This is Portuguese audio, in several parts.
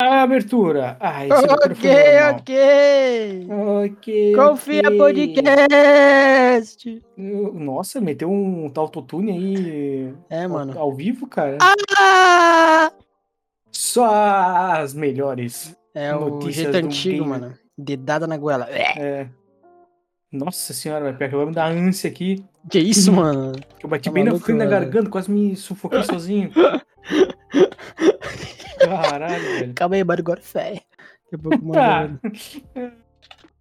A abertura. Ah, isso Ok, ok. é ok. Confia podcast. Nossa, meteu um tal totune aí É, ao- mano. ao vivo, cara. Ah! Só as melhores. É o Notícias jeito do antigo, gamer. mano. Dedada na goela. É. É. Nossa senhora, vai pegar, vai me dar ânsia aqui. Que isso, mano? Que eu bati Tá bem na maluco, frente da velho? garganta, quase me sufoquei sozinho. Caralho, velho. Calma aí, bora agora fé. Daqui a pouco, Tá. mano.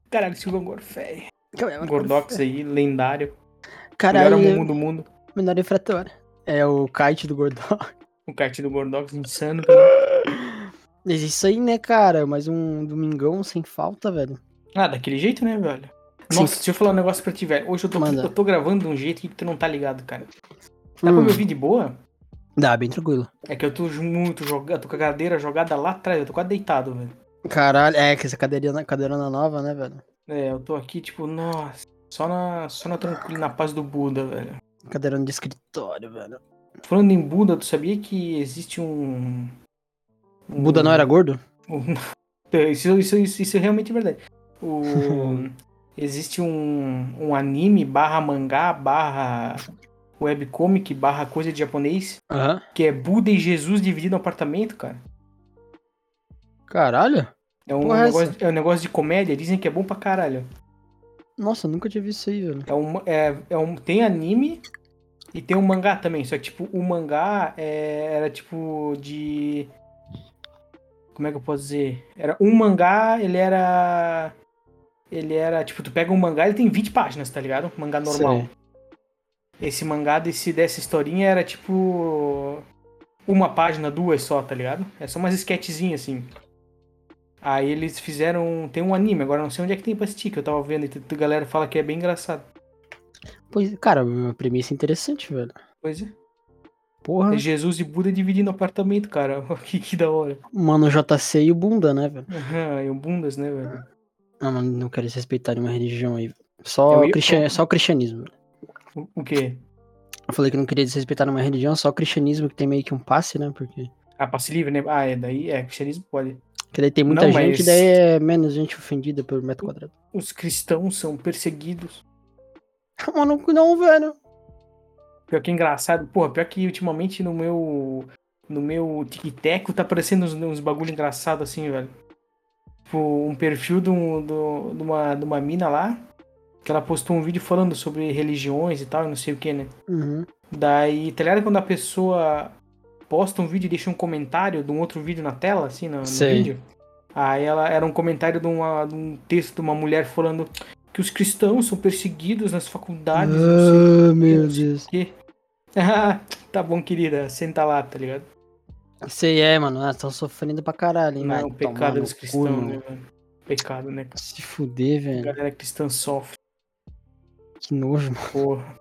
Caralho, Silvão Gorfé. Calma aí, bora agora, Gordox aí, lendário. fé. Melhor Caralho, mundo do mundo. menor infrator. É o kite do Gordão. O kart do Gordox insano. É isso aí, né, cara? Mais um domingão sem falta, velho. Ah, daquele jeito, né, velho? Sim. Nossa, deixa eu falar um negócio pra ti, velho. Hoje eu tô, Manda. eu tô gravando de um jeito que tu não tá ligado, cara. Dá pra Hum. me ouvir de boa? Dá, bem tranquilo. É que eu tô ju- muito jogado, tô com a cadeira jogada lá atrás, eu tô quase deitado, velho. Caralho, é que essa cadeirona, cadeirona nova, né, velho? É, eu tô aqui, tipo, nossa, só na, só na tranquila, na paz do Buda, velho. Cadeirona de escritório, velho. Falando em Buda, tu sabia que existe um. um- Buda não era gordo? Isso, isso, isso, isso é realmente verdade. O... Existe um, um anime barra mangá barra webcomic barra coisa de japonês Aham. que é Buda e Jesus dividido no apartamento, cara. Caralho? É um, Porra, negócio, é um negócio de comédia, dizem que é bom pra caralho. Nossa, eu nunca tinha visto isso aí, velho. É um, é, é um, tem anime e tem um mangá também, só que tipo, o mangá é- era tipo de. Como é que eu posso dizer? Era um mangá, ele era. Ele era. Tipo, tu pega um mangá, ele tem 20 páginas, tá ligado? Um mangá normal. Sei. Esse mangá desse, dessa historinha era tipo. Uma página, duas só, tá ligado? É só umas sketchzinhas assim. Aí eles fizeram. Tem um anime, agora não sei onde é que tem pra assistir, que eu tava vendo e t- t- a galera fala que é bem engraçado. Pois, cara, uma premissa interessante, velho. Pois é. Porra. É Jesus e Buda dividindo apartamento, cara. que, que da hora. Mano, o JC e o Bunda, né, velho? Aham, E o Bundas, né, velho? Ah, mano, não quero desrespeitar nenhuma religião aí. velho. Só, Eu ia- cristian... só o cristianismo. velho. O, o quê? Eu falei que não queria desrespeitar nenhuma religião, só o cristianismo que tem meio que um passe, né? Porque. Ah, passe livre, né? Ah, é, daí é, cristianismo pode. Porque daí tem muita Não, gente, mas- daí é menos gente ofendida por metro quadrado. Os cristãos são perseguidos. Ah, Mano, não, velho. Pior que é engraçado. Porra, pior que ultimamente no meu. No meu tic-teco tá aparecendo uns, uns bagulho engraçado assim, velho. Tipo, um perfil de, um, do- de, uma, de uma mina lá. Que ela postou um vídeo falando sobre religiões e tal, e não sei o que, né? Uhum. Daí, tá ligado quando a pessoa posta um vídeo e deixa um comentário de um outro vídeo na tela, assim, no, no Sei. vídeo? Aí ela era um comentário de, uma- de um texto de uma mulher falando que os cristãos são perseguidos nas faculdades, não Ah, meu não sei. Deus. sei o quê. Ah, tá bom, querida, senta lá, tá ligado? Isso aí é, mano. Ah, estão sofrendo pra caralho, hein, Não é mano. um Tomar pecado no dos cu, cristãos, mano. né, mano? Pecado, né? cara? Se fuder, A velho. galera cristã sofre, Que nojo, mano. porra.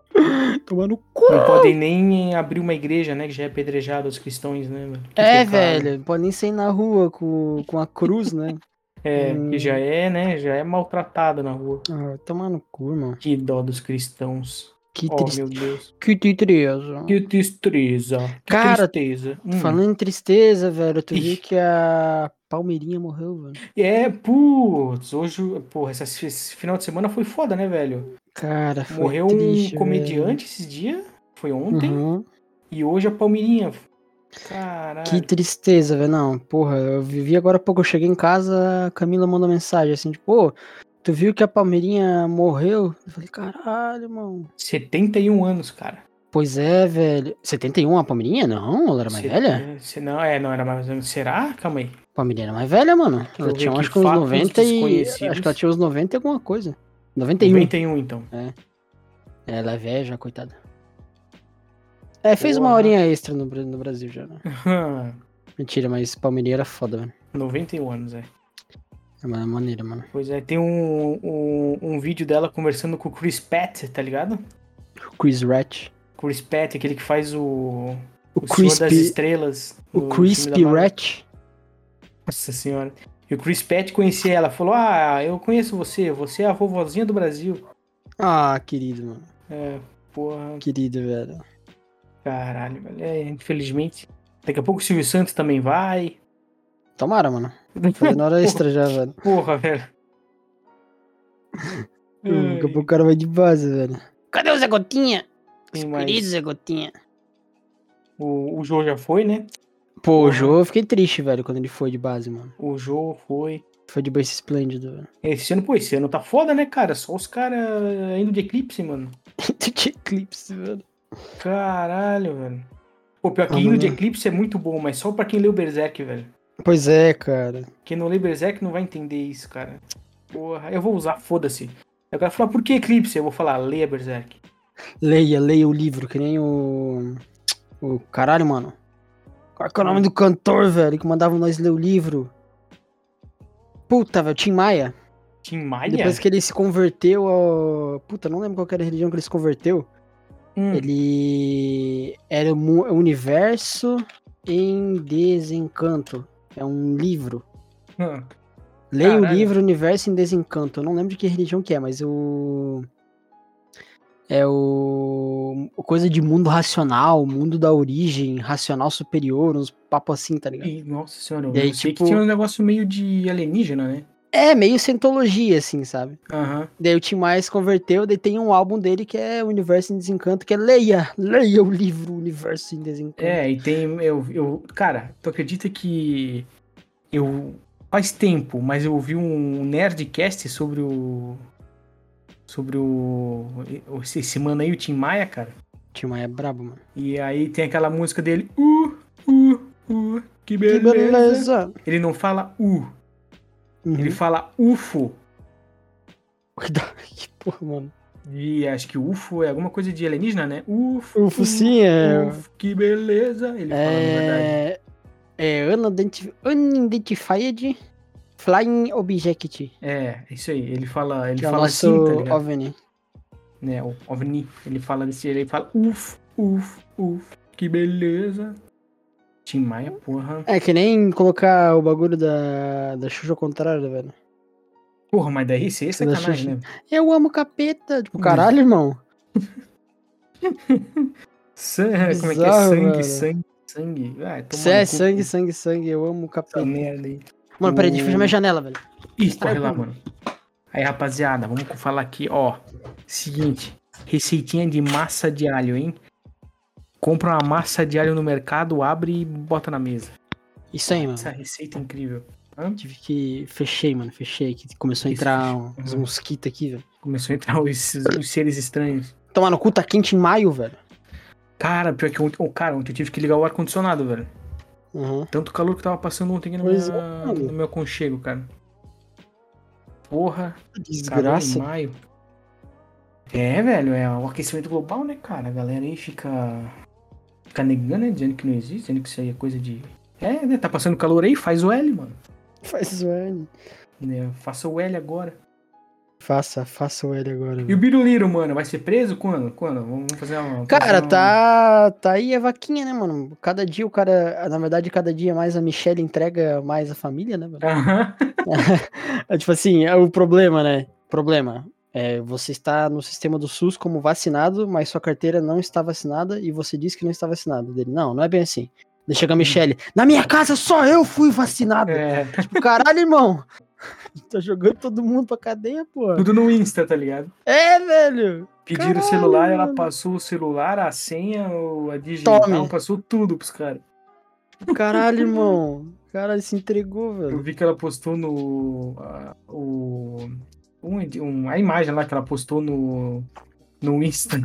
Tomar no cu. Não podem nem abrir uma igreja, né? Que já é apedrejado os cristãos, né, mano? Que É, pecado. velho, pode nem sair na rua com, com a cruz, né? É, Hum. que já é, né? Já é maltratado na rua. Ah, tomar no cu, irmão. Que dó dos cristãos. Que, oh, triste, meu Deus. que tristeza. Que tristeza. Que Cara, tristeza. Hum. Falando em tristeza, velho, tu viu Ixi. que a Palmeirinha morreu, velho. É, putz, hoje, porra, essa- esse, final de semana foi foda, né, velho? Cara, foi Morreu um triste, velho. comediante esses dias, foi ontem, Uhum. e hoje a Palmeirinha. Caralho. Que tristeza, velho. Não, porra, eu vivi agora há pouco. Eu cheguei em casa, a Camila mandou mensagem assim, tipo, ô, tu viu que a Palmeirinha morreu? Eu falei, caralho, mano. 71 anos, cara. Pois é, velho. 71 a Palmeirinha? Não, ela era mais Se- velha? se não, é, não era mais velha. Será? Calma aí. Palmeirinha era mais velha, mano. eu Ela ver tinha aqui, acho que uns fatos 90 e. Acho que ela desconhecidos. tinha uns 90 e alguma coisa. 91. 91, então. um. Ela é velha já, coitada. É, fez uma Porra. horinha extra no, Bra- no Brasil já, né? Aham, Mentira, mas Palmeirinha era foda, velho. 91 anos, é. É uma maneira, mano. Pois é, tem um, um, um vídeo dela conversando com o Chris Pratt, tá ligado? Chris Ratch. Chris Pratt, aquele que faz o. O, O Senhor das Crispy. Estrelas. O no Crispy filme da Marvel. Ratch. Nossa senhora. E o Chris Pratt conhecia ela. Falou, ah, eu conheço você. Você é a vovozinha do Brasil. Ah, querido, mano. É, porra, Querido, velho. caralho, velho. É, infelizmente. Daqui a pouco o Silvio Santos também vai. Tomara, mano. Fazendo hora extra já, velho. Porra, velho. Hum, Daqui a pouco o cara vai de base, velho. Cadê o Zé Gotinha? Os Tem mais. queridos Zé Gotinha. O, o Jô já foi, né? Pô, o Jô, eu fiquei triste, velho, quando ele foi de base, mano. O Jô foi. Foi de berço esplêndido, velho. Esse ano, pô, esse ano tá foda, né, cara? Só os caras indo de eclipse, mano. de eclipse, velho. Caralho, velho. Pô, pior que Ah, indo de mano. eclipse é muito bom, mas só pra quem leu Berserk, velho. Pois é, cara. Quem não lê Berserk não vai entender isso, cara. Porra, eu vou usar, foda-se. Eu quero falar, por que eclipse? Eu vou falar, leia Berserk. Leia, leia o livro, que nem o. O caralho, mano. Qual que é o nome do cantor, velho, que mandava nós ler o livro? Puta, velho, Tim Maia. Tim Maia? Depois que ele se converteu ao. Puta, não lembro qual que era a religião que ele se converteu. Hum, Ele. Era o mu- Universo em Desencanto. É um livro. hum. Leia o Caralho. livro Universo em Desencanto. Eu não lembro de que religião que é, mas o. É o. o Coisa de mundo racional, mundo da origem, racional superior, uns papos assim, tá ligado? E, nossa senhora, eu E aí, sei tipo- que tinha um negócio meio de alienígena, né? É, meio cientologia, assim, sabe? Aham. Daí o Tim Maia se converteu, daí tem um álbum dele que é Universo em Desencanto, que é Leia, leia o livro Universo em Desencanto. É, e tem. Eu, eu, cara, tu acredita que eu. Faz tempo, mas eu ouvi um Nerdcast sobre o. Sobre o. Esse, esse mano aí, o Tim Maia, cara. Tim Maia é brabo, mano. E aí tem aquela música dele. Uh, uh, uh, que Que beleza. beleza! Ele não fala U, ele Uhum. fala UFO. Que da- que porra, mano. E acho que UFO é alguma coisa de alienígena, né? UFO. O Hum, focinho é. UFO, que beleza. Ele fala, na verdade. É, é unidenti- Unidentified Flying Object, É, isso aí. Ele fala, ele que é o fala nosso assim, tá ligado? OVNI. né, o OVNI, ele fala desse, ele fala, uf, uf, uf, que beleza. Tim Maia, porra. É que nem colocar o bagulho da, da Xuxa ao contrário, velho. Porra, mas daí você é sacanagem, né? Eu amo capeta. Tipo, Hum. caralho, irmão. San- Como é que é? Bizarro, Sangue, velho. sangue, sangue. Ah, toma Cê é no cu, Tá sangue, sangue, sangue. Eu amo capeta. Essa merda aí. Mano, peraí, O- deixa eu fechar minha janela, velho. Ih, corre Ai, lá, como? mano. Aí, rapaziada, vamos falar aqui, ó. Seguinte, receitinha de massa de alho, hein? Compra uma massa de alho no mercado, abre e bota na mesa. Isso aí, mano. Essa receita é incrível. Hã? Tive que. Fechei, mano. Fechei. Que começou a Isso, entrar fechou. uns Uhum. mosquitos aqui, velho. Começou a entrar os- os seres estranhos. Tomar no cu tá quente em maio, velho. Cara, pior que ontem, oh, cara, ontem eu tive que ligar o ar-condicionado, velho. Uhum. Tanto calor que tava passando ontem aqui na Pois minha- é, mano. no meu aconchego, cara. Porra, calor em Desgraça. maio. É, velho, é o aquecimento global, né, cara? A galera aí fica. Fica negando, né? Dizendo que não existe, dizendo que isso aí é coisa de. É, né? Tá passando calor aí, faz o L, mano. Faz isso, velho. Né, Faça o L agora. Faça, faça o L agora, velho. E o Biruliro, mano, vai ser preso quando? Quando? Vamos fazer uma. vamos Cara, fazer um- tá, tá aí a vaquinha, né, mano? Cada dia o cara. Na verdade, cada dia mais a Michelle entrega mais a família, né, mano? Aham. É, tipo assim, é o problema, né? Problema. É, você está no sistema do SUS como vacinado, mas sua carteira não está vacinada e você diz que não está vacinado. Dele, não, não é bem assim. Daí chega a Michelle, na minha casa só eu fui vacinado. É, Tipo, caralho, irmão. Tá jogando todo mundo pra cadeia, pô. tudo no Insta, tá ligado? É, velho. Pediram o Caralho, celular, ela mano. passou o celular, a senha, o- a digital, Tome. passou tudo pros caras. Caralho, irmão. Caralho, se entregou, Eu velho. vi que ela postou no. a- o, um- um- a imagem lá que ela postou no, no Insta.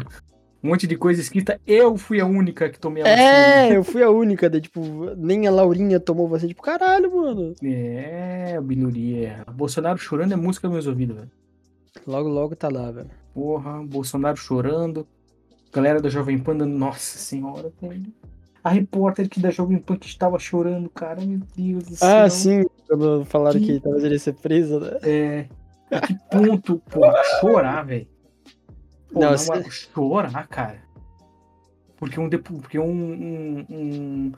Um monte de coisa escrita. Eu fui a única que tomei a vacina. É, eu fui a única, daí, tipo, nem a Laurinha tomou você, tipo, caralho, mano. É, minoria. Bolsonaro chorando é música nos meus ouvidos, velho. Logo, logo tá lá, velho. Porra, Bolsonaro chorando. Galera da Jovem Pan, dando- nossa senhora, velho. A repórter que da Jovem Pan que estava chorando, cara, meu Deus do céu. Ah, sim, quando falaram que talvez ele ia ser preso, né? É. A que ponto, pô, chorar, velho. Pô, Não, não, você- é- chorar, cara. Porque um depu... porque um, um, um,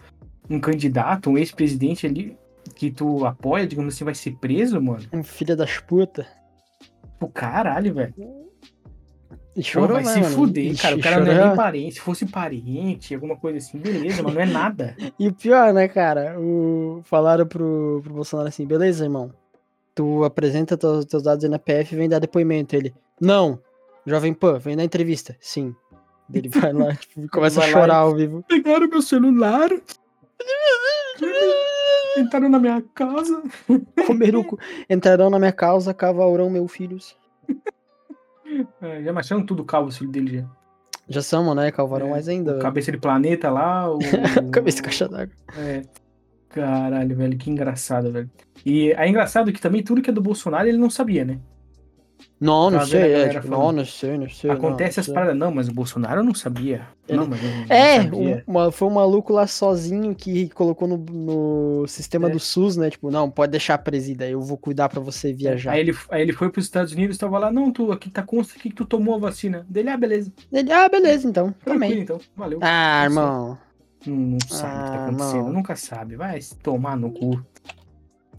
um candidato, um ex-presidente ali que tu apoia, digamos assim, vai ser preso, mano. Um filho das putas. Pô, caralho, velho. E Pô, chorou, vai né, se mano? fuder, E cara. O cara não é chorou. nem parente. Se fosse parente, alguma coisa assim, beleza, mas não é nada. E o pior, né, cara? O... Falaram pro, pro Bolsonaro assim, beleza, irmão. Tu apresenta teus, teus dados aí na PF e vem dar depoimento. Ele, não, Jovem Pan, vem dar entrevista. Sim. Daí Ele vai lá, tipo, e começa Vai a lá chorar ao vivo. Pegaram meu celular, entraram na minha casa. Comeram o cu- Entrarão na minha causa, cavalrão meu filhos. É, já macharam tudo calvo, o filho dele já. Já são, né, calvarão, É, mais ainda. Cabeça de planeta lá, o. Cabeça de caixa d'água. É. Caralho, velho, que engraçado, velho. E é engraçado que também tudo que é do Bolsonaro ele não sabia, né? Não, não Tá vendo a sei, é, galera tipo, falando? não, não sei, não sei. não, Acontece não as sei. paradas, não, mas o Bolsonaro não sabia. Ele- Não, mas eu não É, sabia. um- uma- foi um maluco lá sozinho que colocou no, no sistema É. do SUS, né? Tipo, não, pode deixar a presida, eu vou cuidar pra você viajar. É, Aí ele, aí ele foi pros Estados Unidos, tava lá, não, tu aqui tá consta aqui que tu tomou a vacina. Dele, ah, beleza. Ele, ah, beleza, então, Tranquilo, também. então. Valeu. Ah, Isso. irmão. Não, não sabe o que tá Ah, acontecendo, não. nunca sabe. Vai se tomar no cu.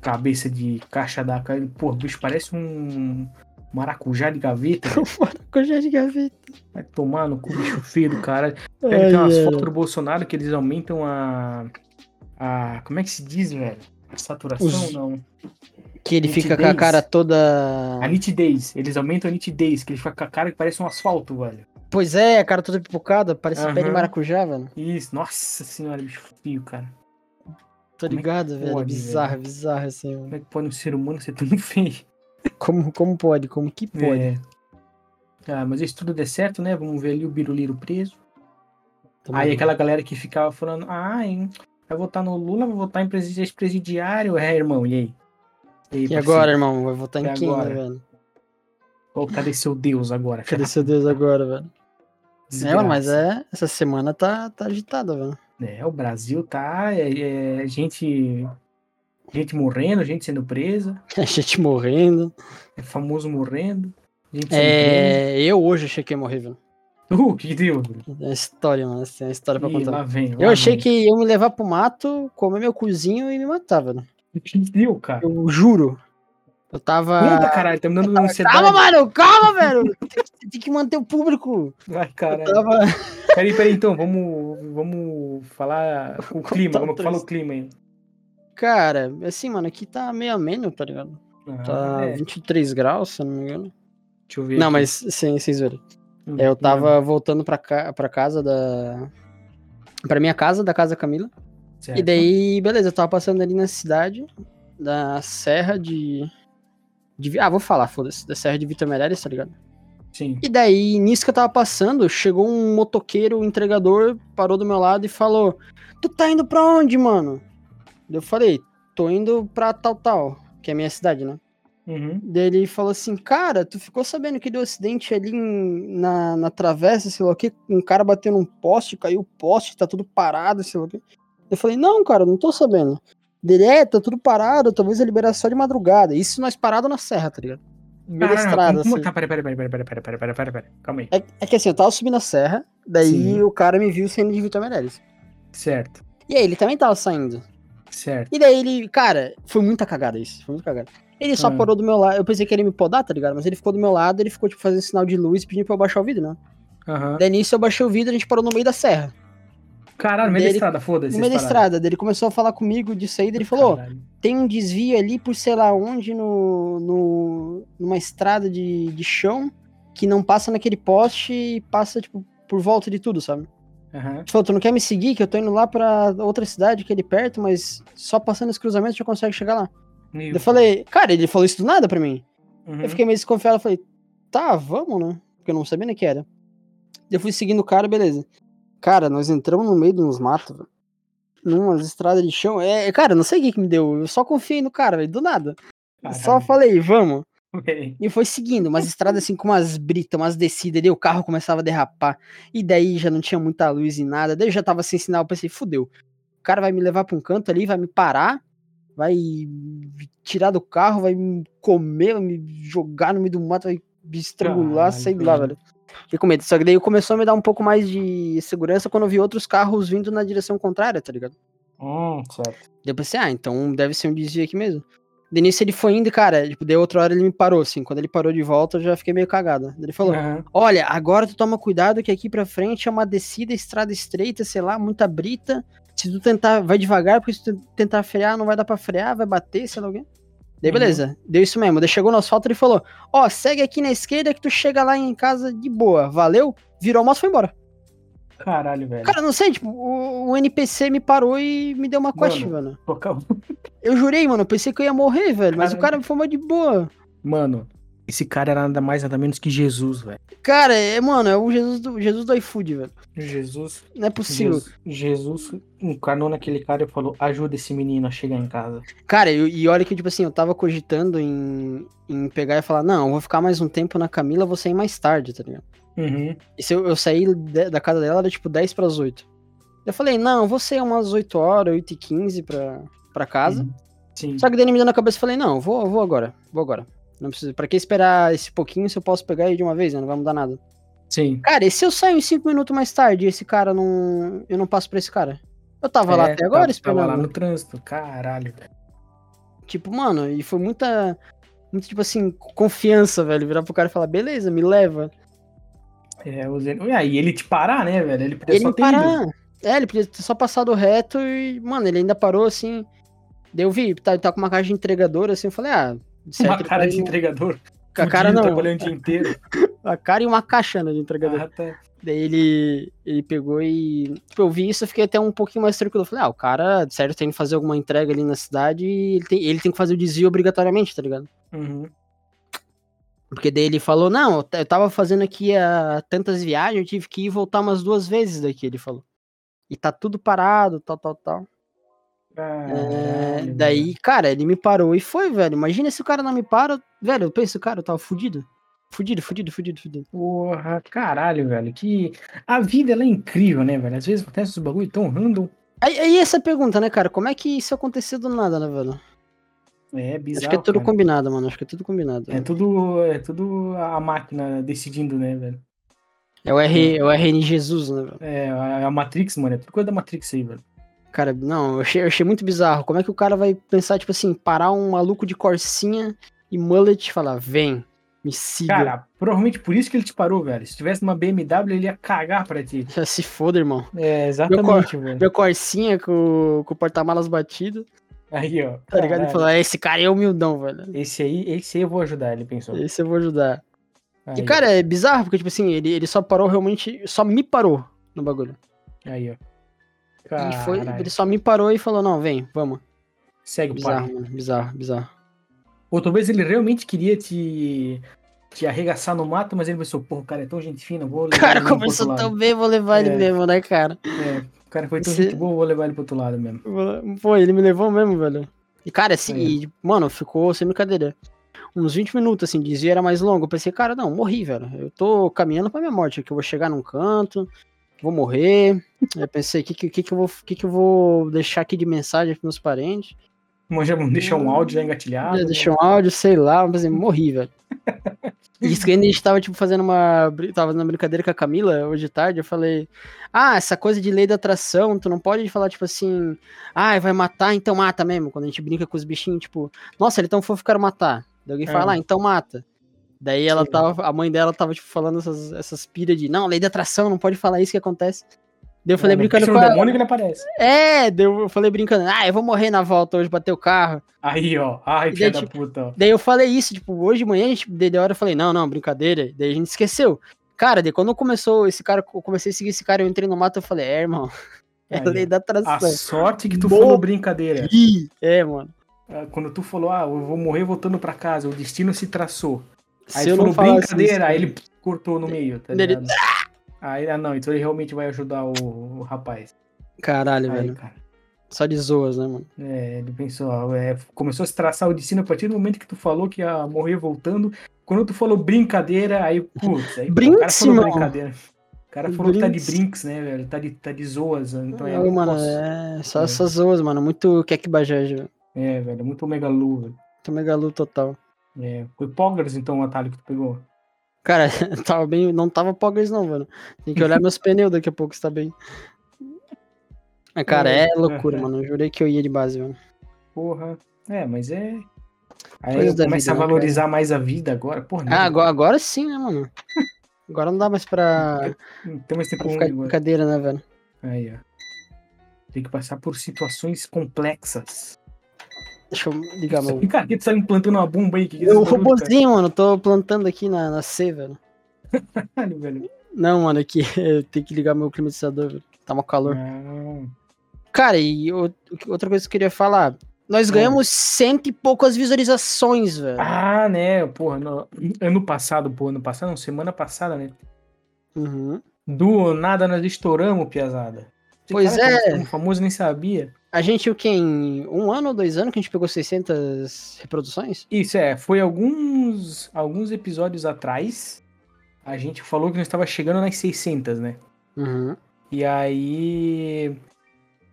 Cabeça de caixa da cara. Pô, o bicho, parece um maracujá de gaveta. velho. Coisa é de gaveta. Vai tomar no cu, bicho feio do cara. Pega Ai, É, tem umas ai. fotos do Bolsonaro que eles aumentam a. a como é que se diz, velho? A saturação, Os- não. Que ele fica com a nitidez. cara toda. A nitidez. Eles aumentam a nitidez, que ele fica com a cara que parece um asfalto, velho. Pois é, a cara toda pipocada, parece Aham. pé de maracujá, velho. Isso, nossa senhora, bicho fio, cara. Como Tô é que ligado, velho. pode, bizarro, bizarro assim. mano. Como é que pode um ser humano ser tão feio? Como, como pode? Como que pode? É. Ah, mas isso tudo der certo, né? Vamos ver ali o biruliro preso. Tá Aí maluco. aquela galera que ficava falando, ah, hein, vai votar no Lula, vai votar em presi- ex-presidiário. É, irmão, e aí? E, aí, E parceiro? agora, irmão? Vai votar E em quem, né, agora? velho? Qual- Cadê seu Deus agora? Cadê seu Deus agora, velho? É, Desgraça. mano, mas é. Essa semana tá, tá agitada, velho. É, o Brasil tá. É, é gente. Gente morrendo, gente sendo presa, A gente morrendo. é famoso morrendo, gente sendo presa. É, eu hoje achei que ia morrer, velho. Uh, que deu? É uma história, mano. Essa é uma história pra Ih, contar. lá vem. Eu achei que ia me levar pro mato, comer meu cozinho e me matar, velho. Que deu, cara? Eu juro. Eu tava. Puta caralho, tá me dando ansiedade. calma, mano! Calma, velho! Tem que- Tem que manter o público. Ai, Eu caralho. tava. Peraí, peraí, então, vamos, vamos falar o clima. Como é que fala o clima aí? Cara, assim, mano, aqui tá meio ameno, tá ligado? Ah, Tá é, 23 graus, se eu não me engano. deixa eu ver. Não, aqui. mas sem, sem zoeira. Hum, É, Eu tava voltando pra, ca... pra casa da. Pra minha casa, da casa da Camila. certo. E daí, beleza, eu tava passando ali na cidade, da Serra de. de Vi- ah, vou falar, foda-se, da Serra de Vitor Meirelles, tá ligado? Sim. E daí, nisso que eu tava passando, chegou um motoqueiro, um entregador, parou do meu lado e falou: Tu tá indo pra onde, mano? Eu falei: Tô indo pra tal, tal, que é a minha cidade, né? Uhum. Daí ele falou assim, cara, tu ficou sabendo que deu acidente ali em- na, na travessa, sei lá o quê? Um cara bateu num poste, caiu o poste, tá tudo parado, sei lá o quê. Eu falei, não, cara, não tô sabendo. Dele, é, tá tudo parado, talvez ele liberasse só de madrugada. Isso nós parado na serra, tá ligado? No meio da Caralho, estrada, como- assim. Tá, peraí, peraí, peraí, peraí, peraí, peraí, peraí, peraí, peraí. Calma aí. É, é que assim, eu tava subindo a serra, daí Sim. o cara me viu saindo de Vitor Meirelles. Certo, E aí, ele também tava saindo. certo. E daí ele, cara, foi muita cagada isso, foi muita cagada. Ele só Ah. parou do meu lado, eu pensei que ele ia me podar, tá ligado? Mas ele ficou do meu lado, ele ficou, tipo, fazendo sinal de luz, pedindo pra eu baixar o vidro, né? Aham. Daí nisso eu baixei o vidro, a gente parou no meio da serra. Caralho, meio da Dele- estrada, foda-se. No meio da essa parada. estrada. Daí ele começou a falar comigo disso aí, daí ele falou, Caralho. tem um desvio ali por sei lá onde, no, no, numa estrada de, de chão, que não passa naquele poste e passa, tipo, por volta de tudo, sabe? Aham. Ele falou, tu não quer me seguir, que eu tô indo lá pra outra cidade que é ali perto, mas só passando esse cruzamento já consegue chegar lá. Meu Eu falei, cara, ele falou isso do nada pra mim. Uhum. Eu fiquei meio desconfiado, eu falei, tá, vamos, né? Porque eu não sabia nem que era. Eu fui seguindo o cara, beleza. Cara, nós entramos no meio de uns matos, velho. Numas estradas de chão. É, cara, eu não sei o que, que me deu. Eu só confiei no cara, velho, do nada. Eu Só Caralho. falei, vamos. Ok. E foi seguindo, umas estradas assim com umas britas, umas descidas, daí o carro começava a derrapar. E daí já não tinha muita luz e nada. Daí eu já tava sem sinal, eu pensei, fudeu. O cara vai me levar pra um canto ali, vai me parar, vai me tirar do carro, vai me comer, vai me jogar no meio do mato, vai me estrangular, sei lá, Caralho. velho. Fiquei com medo. Só que daí começou a me dar um pouco mais de segurança quando eu vi outros carros vindo na direção contrária, tá ligado? Hum, certo. Daí eu pensei, ah, então deve ser um desvio aqui mesmo. De início ele foi indo, cara, tipo, de outra hora ele me parou, assim. Quando ele parou de volta, eu já fiquei meio cagada. Ele falou: Aham. Olha, agora tu toma cuidado que aqui pra frente é uma descida, estrada estreita, sei lá, muita brita. Se tu tentar, vai devagar, porque se tu tentar frear, não vai dar pra frear, vai bater, sei lá alguém. Daí Uhum. beleza, deu isso mesmo. Daí chegou no asfalto e falou: Ó, segue aqui na esquerda que tu chega lá em casa de boa, valeu? Virou a moto e foi embora. Caralho, velho. Cara, não sei, tipo, o, o NPC me parou e me deu uma quest, Mano. mano. Pô, calma. Eu jurei, mano, eu pensei que eu ia morrer, velho, mas o Caralho. cara me formou de boa. Mano, esse cara era nada mais nada menos que Jesus, velho. Cara, é, mano, é o Jesus do, Jesus do iFood, velho. Jesus, Não é possível. Jesus, Jesus encarnou naquele cara e falou: ajuda esse menino a chegar em casa. Cara, eu- e olha que, tipo assim, eu tava cogitando em, em pegar e falar, não, eu vou ficar mais um tempo na Camila, vou sair mais tarde, tá ligado? Uhum. E se eu, eu saí de- da casa dela, era tipo 10 pras 8. Eu falei, não, eu vou sair umas 8 horas, 8 e 15 pra, pra casa. Sim. Só que daí ele me deu na cabeça e falei, não, eu vou, eu vou agora, vou agora. Não preciso, pra que esperar esse pouquinho se eu posso pegar aí de uma vez, né? Não vai mudar nada. Sim. Cara, e se eu saio em 5 minutos mais tarde e esse cara não. Eu não passo pra esse cara? Eu tava lá É, até agora tava- esperando. Tava lá no trânsito, caralho, velho. Tipo, mano, e foi muita. Muito, tipo assim, confiança, velho. Virar pro cara e falar, beleza, me leva. É, os... E aí ele te parar, né, velho? Ele podia ele só me ter ido. parar. É, ele podia ter só passado reto e, mano, ele ainda parou assim. Daí eu vi, tá, ele tá com uma caixa de entregador, assim, eu falei, ah, de certo. Uma ele cara tá de indo- entregador. com a cara fudido, não. Trabalhando o dia inteiro. A cara e uma caixa né, de entregador. Ah, tá. Daí ele, ele pegou e. Tipo, eu vi isso, eu fiquei até um pouquinho mais tranquilo. Eu falei, ah, o cara, de certo, tem que fazer alguma entrega ali na cidade e ele tem, ele tem que fazer o desvio obrigatoriamente, tá ligado? Uhum. Porque daí ele falou, não, eu ta- eu tava fazendo aqui ah, tantas viagens, eu tive que ir e voltar umas duas vezes daqui, ele falou. E tá tudo parado, tal, tal, tal. É, Caralho, velho. daí, cara, ele me parou e foi, velho. Imagina se o cara não me para, velho, eu penso, cara, eu tava fudido. Fudido, fudido, fudido, fudido. Porra, caralho, velho. Que. A vida ela é incrível, né, velho? Às vezes acontece uns bagulho tão random. Aí, aí essa pergunta, né, cara, como é que isso aconteceu do nada, né, velho? É bizarro. Acho que é tudo cara. combinado, mano, acho que é tudo combinado. É tudo, é tudo a máquina decidindo, né, velho? É o, R, é o RN Jesus, né, velho? É, a a Matrix, mano, é tudo coisa da Matrix aí, velho. Cara, não, eu achei, eu achei muito bizarro. Como é que o cara vai pensar, tipo assim, parar um maluco de corsinha e mullet e falar, vem, me siga. Cara, provavelmente por isso que ele te parou, velho. Se tivesse uma BMW, ele ia cagar pra ti. Já se foda, irmão. É, Meu exatamente, velho. Meu corsinha com, com o porta-malas batido, Aí, ó. tá ligado? E caralho. falar, esse cara é humildão, velho. Esse aí, esse aí eu vou ajudar, ele pensou. Esse eu vou ajudar. Aí, E, cara, é bizarro, porque, tipo assim, ele, ele só parou realmente, só me parou no bagulho. ó. Aí, ó. E foi, Caralho. ele só me parou e falou, não, vem, vamos. Segue o Bizarro, pai. mano, bizarro, bizarro. Ou talvez ele realmente queria te, te arregaçar no mato, mas ele pensou, porra, o cara é tão gente fina, vou levar Cara, ele pro outro começou lado. tão bem, vou levar É. ele mesmo, né, cara? É, o cara foi tão Esse- gente boa, vou levar ele pro outro lado mesmo. Pô, ele me levou mesmo, velho. E, cara, assim, É. e, mano, ficou sem brincadeira. Uns 20 minutos, assim, dizia era mais longo. Eu pensei, cara, não, morri, velho. Eu tô caminhando pra minha morte aqui. Eu vou chegar num canto, vou morrer. Eu pensei, o que, que, que, que eu vou- que, que eu vou deixar aqui de mensagem pros meus parentes? Mas já deixar um áudio já engatilhado. Eu Deixei um áudio, sei lá. Eu pensei, morri, velho. E isso que ainda a gente tava, tipo, fazendo uma. brin- Tava fazendo uma brincadeira com a Camila hoje de tarde. Eu falei, ah, essa coisa de lei da atração, tu não pode falar, tipo assim, ah, vai matar, então mata mesmo. Quando a gente brinca com os bichinhos, tipo, nossa, ele tão fofo, quero matar. Daí alguém fala, É. ah, então mata. Daí ela Sim. tava, a mãe dela tava, tipo, falando essas, essas piras de, não, lei da atração, não pode falar isso que acontece. Daí eu falei, Mano, brincando puxa com no ela. demônio que ele aparece. É, daí eu falei brincando, ah, eu vou morrer na volta hoje, bater o carro. Aí, ó. Ai, E filha daí, da puta, ó. Daí eu falei isso, tipo, hoje de manhã, a gente, daí da hora eu falei, não, não, brincadeira. Daí a gente esqueceu. Cara, daí quando começou esse cara, eu comecei a seguir esse cara, eu entrei no mato, eu falei, é, irmão, é Aí, ó. lei da A atração. sorte é que tu Boa. falou brincadeira. Ih, É, mano. Ah, Quando tu falou, ah, eu vou morrer voltando pra casa, o destino se traçou. Aí Se tu eu não falou falasse brincadeira, isso, né? aí ele cortou no meio, tá Ele- ligado? Aí, ah, não, então ele realmente vai ajudar o, o rapaz. Caralho, Aí, velho. cara, Só de zoas, né, mano? é, ele pensou, ó, é, começou a se traçar o destino a partir do momento que tu falou que ia morrer voltando. Quando tu falou brincadeira, aí, putz, aí, pô, o cara Brinks, falou irmão. brincadeira. O cara falou que tá de Brinks. brinks, né, velho? Tá de, tá de zoas. Então, é, Não, mano, nossa. é, só É. essas zoas, mano. Muito Kekbajaj, velho. É, velho, muito megalu, velho. Muito megalu total. É, foi Poggers, então, o atalho que tu pegou. Cara, tava bem, não tava pogas não, mano. Tem que olhar meus pneus daqui a pouco, se tá bem. é Mas, Cara, é loucura, mano. Eu jurei que eu ia de base, mano. Porra. É, mas é. Aí Coisa da começa vida, a né, valorizar mais a vida agora. Porra, Ah, agora, agora sim, né, mano? Agora não dá mais pra, Tem mais tempo pra ruim ficar de agora. brincadeira, né, velho? Aí, ó. Tem que passar por situações complexas. Deixa eu ligar meu. Cara, que tu tá implantando uma bomba aí? Que que é esse Meu barulho, robozinho, mano, tô plantando aqui na, na C, velho. Caralho, velho. Não, mano, aqui eu tenho que ligar meu climatizador, velho. Tá mó calor. Não. Cara, e o- outra coisa que eu queria falar. Nós Hum. ganhamos cento e poucas visualizações, velho. Ah, né? Porra, no- ano passado, pô, ano passado, não, semana passada, né? Uhum. Do nada nós estouramos, piazada. Pois é. Um famoso nem sabia. A gente, o que, em um ano ou dois anos que a gente pegou 600 reproduções? Isso é, foi alguns, alguns episódios atrás. A gente falou que nós estava chegando nas 600, né? Uhum. E aí.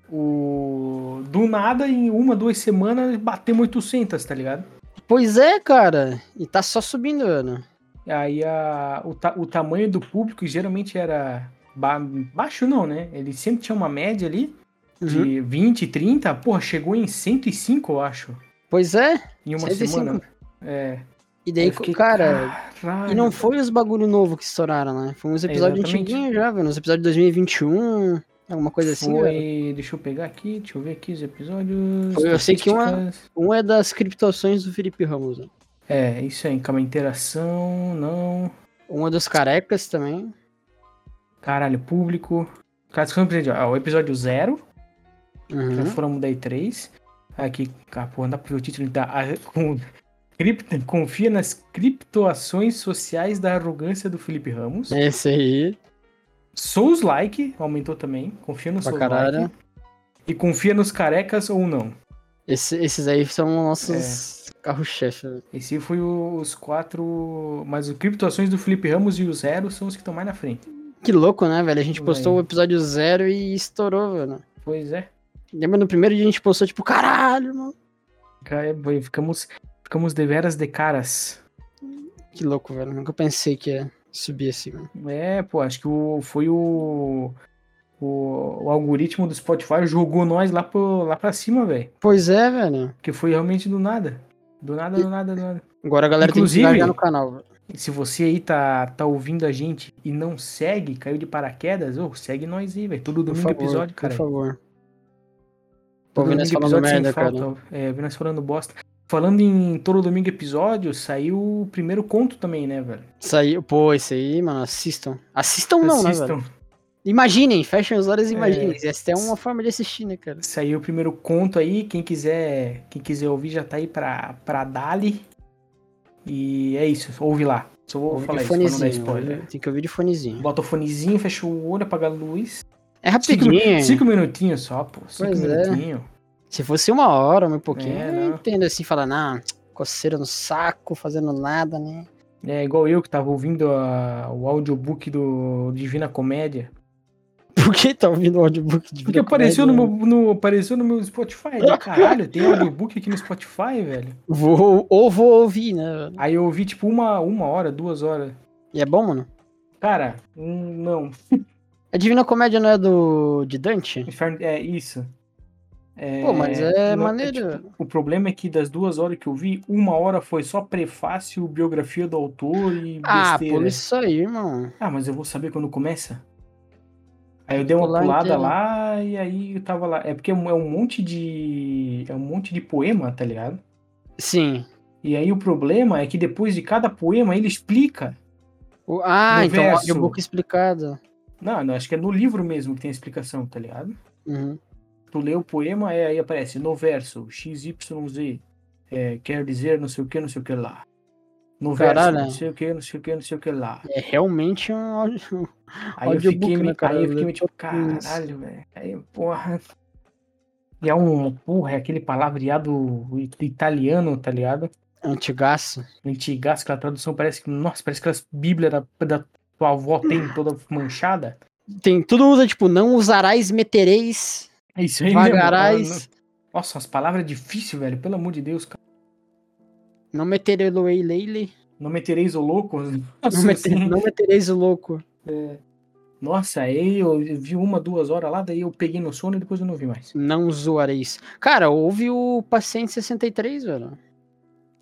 O... Do nada, em uma, duas semanas, batemos 800, tá ligado? Pois é, cara. E tá só subindo, velho. Aí a, o, ta- o tamanho do público geralmente era ba- baixo, não, né? Ele sempre tinha uma média ali Uhum. de 20, 30. Porra, chegou em 105, eu acho. Pois é. Em uma 105. semana. É. E daí, Eu fiquei, cara. caralho. E não foi os bagulho novo que estouraram, né? Foi uns episódios Exatamente. antiguinhos já, velho. Uns episódios de 2021, alguma coisa assim, Foi- velho. Deixa eu pegar aqui, deixa eu ver aqui os episódios. Foi- eu sei que uma- estatísticas. Um é das criptações do Felipe Ramos, né? É, isso aí, calma, interação, não. Um é dos carecas também. Caralho, público. Classificação do episódio, ó, o episódio 0, já Uhum. foram daí 3. Aqui, ah, pô, dá pra ver o título da. a- com, cripto, confia nas criptoações sociais da arrogância do Felipe Ramos. Esse aí. Souls like, aumentou também. Confia no Pra Souls caralho. like. E confia nos carecas ou não. Esse- esses aí são nossos É. carro-chefe, velho. Esse foi o- os quatro. Mas o criptoações do Felipe Ramos e o Zero são os que estão mais na frente. Que louco, né, velho? A gente Velho. postou o episódio zero e estourou, velho. Pois é. Lembra no primeiro dia a gente postou, tipo, caralho, mano. Cara, bem, ficamos, ficamos deveras de caras. Que louco, velho. Nunca pensei que ia subir assim, mano. É, pô, acho que o, foi o, o. O algoritmo do Spotify jogou nós lá, pro, lá pra cima, velho. Pois é, velho. Porque foi realmente do nada. Do nada, do nada, do nada. Agora a galera Inclusive- tem que se engajar no canal, velho. E se você aí tá, tá ouvindo a gente e não segue, caiu de paraquedas, ô, segue nós aí, velho. Todo Por domingo favor, episódio, cara. Por favor. Pô, Todo Vinícius domingo falando episódio sem merda, cara. né? falta, É, Vinícius falando bosta. Falando em todo domingo episódio, saiu o primeiro conto também, né, velho? Isso aí, pô, isso aí, mano, assistam. Assistam não, né, velho? Assistam. Imaginem, fechem os olhos e É. imaginem. Essa é uma forma de assistir, né, cara? Saiu o primeiro conto aí, quem quiser, quem quiser ouvir já tá aí pra, pra Dali. E é isso, ouve lá. Só vou Ouve falar de isso, pra não dar fonezinho. spoiler. ouve- Tem que ouvir de fonezinho. Bota o fonezinho, fecha o olho, apaga a luz. É Cinco, rapidinho. cinco minutinhos só, pô. Cinco Pois é. minutinhos. Se fosse uma hora, um pouquinho, É, eu não. entendo assim, falar, não, coceira no saco, fazendo nada, né? É. igual eu que tava ouvindo a- o audiobook do Divina Comédia. Por que tá ouvindo o audiobook de Porque Vida apareceu no, Comédia, meu, no- apareceu no meu Spotify. Eu, Caralho, tem audiobook aqui no Spotify, velho. né? Vou, ou vou ouvir, né? Aí eu ouvi tipo uma, uma hora, duas horas. E é bom, mano? Cara, hum, não. A Divina Comédia não é do de Dante? Inferno- É isso. É, Pô, mas é não- maneiro. tipo, o problema é que das duas horas que eu vi, uma hora foi só prefácio, biografia do autor e ah, besteira. por isso aí, irmão. Ah, mas eu vou saber quando começa. Aí eu dei uma Pular pulada inteiro. lá e aí eu tava lá. É porque é um é um monte de. É um monte de poema, tá ligado? Sim. E aí o problema é que depois de cada poema ele explica. O- ah, No então o verso. audiobook explicado. Não, não, acho que é no livro mesmo que tem a explicação, tá ligado? Uhum. Tu lê o poema, é, aí aparece no verso, XYZ, é, quer dizer não sei o que, não sei o que lá. No Caralho. verso, não sei o que, não sei o que, não sei o que lá. É realmente um áudio. Aí eu Audiobook, fiquei, me, né, cara? aí eu fiquei meio tipo, Isso. caralho, velho. Aí, porra. E é um, porra, é aquele palavreado it- italiano, tá ligado? Antigaço. Antigaço, aquela tradução parece que, nossa, parece que as bíblias da, da tua avó tem toda manchada. Tem, tudo usa, tipo, não usarás, metereis, É isso aí mesmo. ah, vagarás, Nossa, as palavras difíceis, velho. Pelo amor de Deus, cara. não metereloei leile, Não metereis o louco. não, Nossa, meter, assim. não metereis o louco. Nossa, aí eu vi uma, duas horas lá, daí eu peguei no sono e depois eu não vi mais. Não zoareis. Cara, houve o Paciente 63, velho.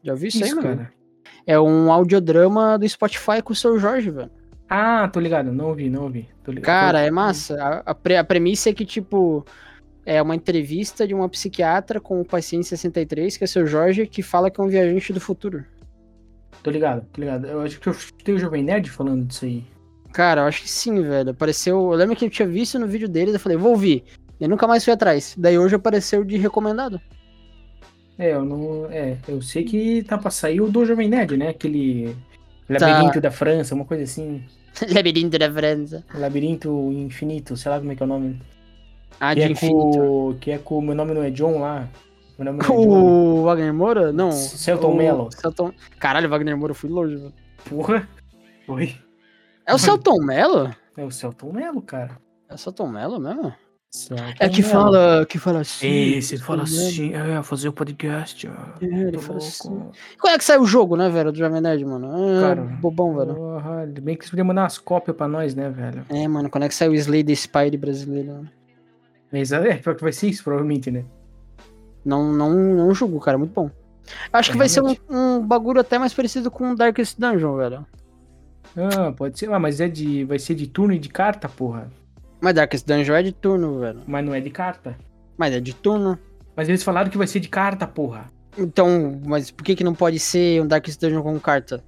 Já viu isso, aí, mano? É um audiodrama do Spotify com o seu Jorge, velho. Ah, tô ligado, não ouvi, não ouvi. Tô ligado. Cara, é massa. A, a pre- a premissa é que, tipo, é uma entrevista de uma psiquiatra com o paciente 63, que é seu Jorge, que fala que é um viajante do futuro. Tô ligado, tô ligado. Eu acho que eu escutei o Jovem Nerd falando disso aí. Cara, eu acho que sim, velho. Apareceu. Eu lembro que eu tinha visto no vídeo deles, eu falei, vou ouvir. E nunca mais fui atrás. Daí hoje apareceu de recomendado. É, eu não. É, eu sei que tá pra sair o do Jovem Nerd, né? Aquele. Tá. Labirinto da França, uma coisa assim. Labirinto da França. Labirinto Infinito, sei lá como é que é o nome. Ah, Que de é, infinito. com, que é com. Meu nome não é John lá. Meu nome não é John. O Wagner Moura? Não. Celton o- Mello. Celton... Caralho, Wagner Moura, eu fui longe, velho. Porra. Oi. É o Celton Mello? É o Celton Mello, cara. É o Celton Mello mesmo? Celton É que Mello. fala, que fala assim. Esse, ele fala Celton Mello. assim, é, fazer o podcast, ó. É, ele fala assim. Louco. Quando é que saiu o jogo, né, velho, do Jovem Nerd, mano? Ah, Cara, bobão, velho. Porra, ainda bem que eles podiam mandar umas cópias pra nós, né, velho? É, mano, quando é que saiu o Slay the Spire brasileiro? mano? Mas é, pior que vai ser isso, provavelmente, né? Não, não, não julgo, cara, muito bom. Acho que vai ser um, É, Realmente. um bagulho até mais parecido com o Darkest Dungeon, velho. Ah, pode ser. Ah, mas é de. Vai ser de turno e de carta, porra. Mas Darkest Dungeon é de turno, velho. Mas não é de carta. Mas é de turno. Mas eles falaram que vai ser de carta, porra. Então, mas por que que não pode ser um Darkest Dungeon com carta?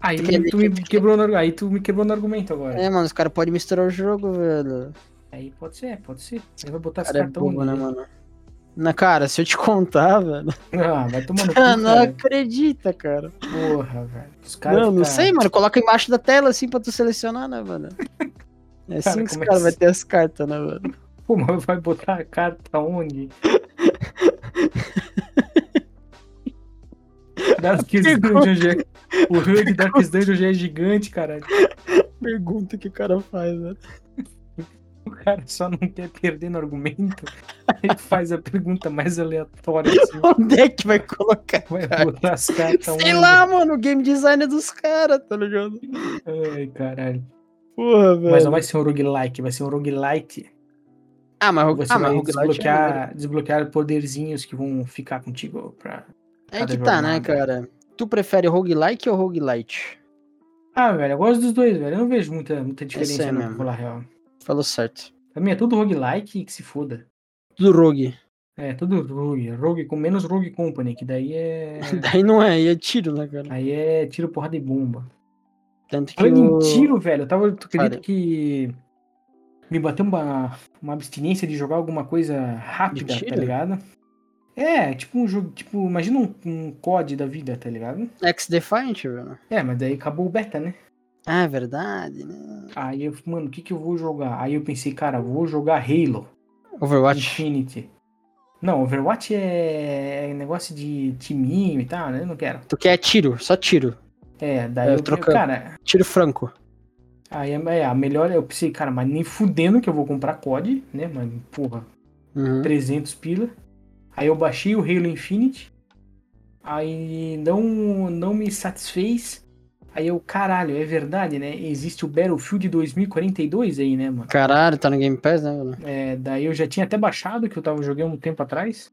Aí Tu quer- tu me quebrou no, aí tu me quebrou no argumento agora. É, mano, os caras podem misturar o jogo, velho. Aí pode ser, pode ser. Aí vai botar esse Cara, é cartão. bobo, né, no- mano? Na cara, se eu te contar, velho. Ah, vai tomar no cu, Ah, não cara. acredita, cara. Porra, velho. Os caras. não, não fica- sei, mano. Coloca embaixo da tela assim pra tu selecionar, né, mano? É assim Cara, que os como é caras que- vão ter as cartas, né, mano? Pô, mas vai botar a carta onde? Darkest Dungeon já... O HUD de Darkest Dungeon já é gigante, cara. Pergunta que o cara faz, né? O cara só não quer perder no argumento. Ele faz a pergunta mais aleatória. Assim. Onde é que vai colocar? Vai botar as cartas onde? Sei lá, mano, o game design é dos caras, tá ligado? Ai, caralho. Porra, velho. Mas não vai ser um roguelike, vai ser um roguelite. Ah, mas, o- Você ah, mas vai o roguelite é maneiro. desbloquear, desbloquear poderzinhos que vão ficar contigo pra É cada que tá, né, jornada. cara? Tu prefere roguelike ou roguelite? Ah, velho, eu gosto dos dois, velho. Eu não vejo muita, muita é diferença, não, pra mesmo. falar a real. Falou certo. Pra mim é tudo roguelike e que se foda. Do rogue. É, tudo rogue. Rogue com menos rogue company, que daí é. Daí não é, aí é tiro, né, cara? aí é tiro, porrada e bomba. Tanto que Falando o... em tiro, velho, eu tava. Tu acredita Cara. que. Me bateu uma, uma abstinência de jogar alguma coisa rápida, tá tiro? ligado? É, tipo um jogo. Tipo, imagina um, um COD da vida, tá ligado? X-Defiant, velho. É, mas daí acabou o beta, né? Ah, é verdade, né? Aí eu, mano, o que que eu vou jogar? Aí eu pensei, cara, vou jogar Halo Overwatch. Infinity. Não, Overwatch é é negócio de timinho e tal, né? Eu não quero. Tu quer tiro, só tiro. É, daí É, eu, trocando. cara, Tiro franco. aí é, é, a melhor, eu pensei, cara, mas nem fudendo que eu vou comprar COD, né, mano? Porra, Uhum. 300 pila. Aí eu baixei o Halo Infinite. Aí não, não me satisfez. Aí eu, caralho, é verdade, né? Existe o Battlefield 2042 aí, né, mano? Caralho, tá no Game Pass, né, mano? É, daí eu já tinha até baixado, que eu tava jogando um tempo atrás.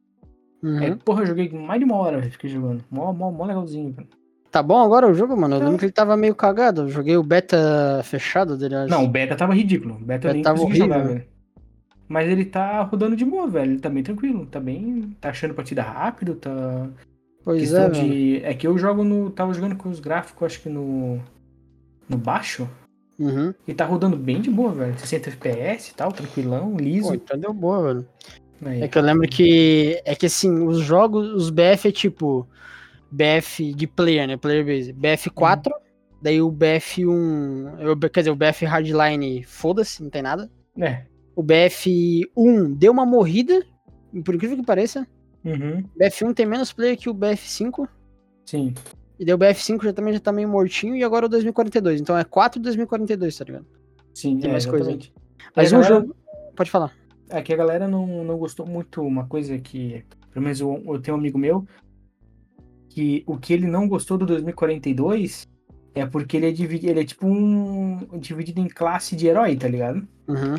Uhum. Aí, É, porra, eu joguei mais de uma hora, velho, fiquei jogando. Mó, mó, mó legalzinho, velho. Tá bom agora o jogo, mano? Eu Tá. lembro que ele tava meio cagado. Eu joguei o beta fechado dele, acho. Não, o beta tava ridículo. O beta, Beta eu nem tava consegui jogar, horrível. velho. Mas ele tá rodando de boa, velho. Ele tá bem tranquilo. Tá bem. Tá achando partida rápido, tá. pois questão é, velho. de. É que eu jogo no. Tava jogando com os gráficos, acho que no. No baixo. Uhum. E tá rodando bem de boa, velho. 60 FPS e tal, tranquilão, Pô, liso. né? então deu boa, velho. Aí. É que eu lembro que. É que assim, os jogos, os BF é tipo. BF de player, né? Player base. BF4, daí o BF1. eu- quer dizer, o BF hardline, foda-se, não tem nada. É. O BF1 deu uma morrida, por incrível que pareça. Uhum. BF1 tem menos player que o BF5. Sim. E daí o BF5 já também já tá meio mortinho e agora é o 2042. Então é 4 2042, tá ligado? Sim. Tem é, mais coisa. exatamente. Mas É, um galera, jogo. Pode falar. É que a galera não, não gostou muito uma coisa que, pelo menos eu, eu tenho um amigo meu, que o que ele não gostou do 2042 é porque ele é, dividi ele é tipo um dividido em classe de herói, tá ligado? Uhum.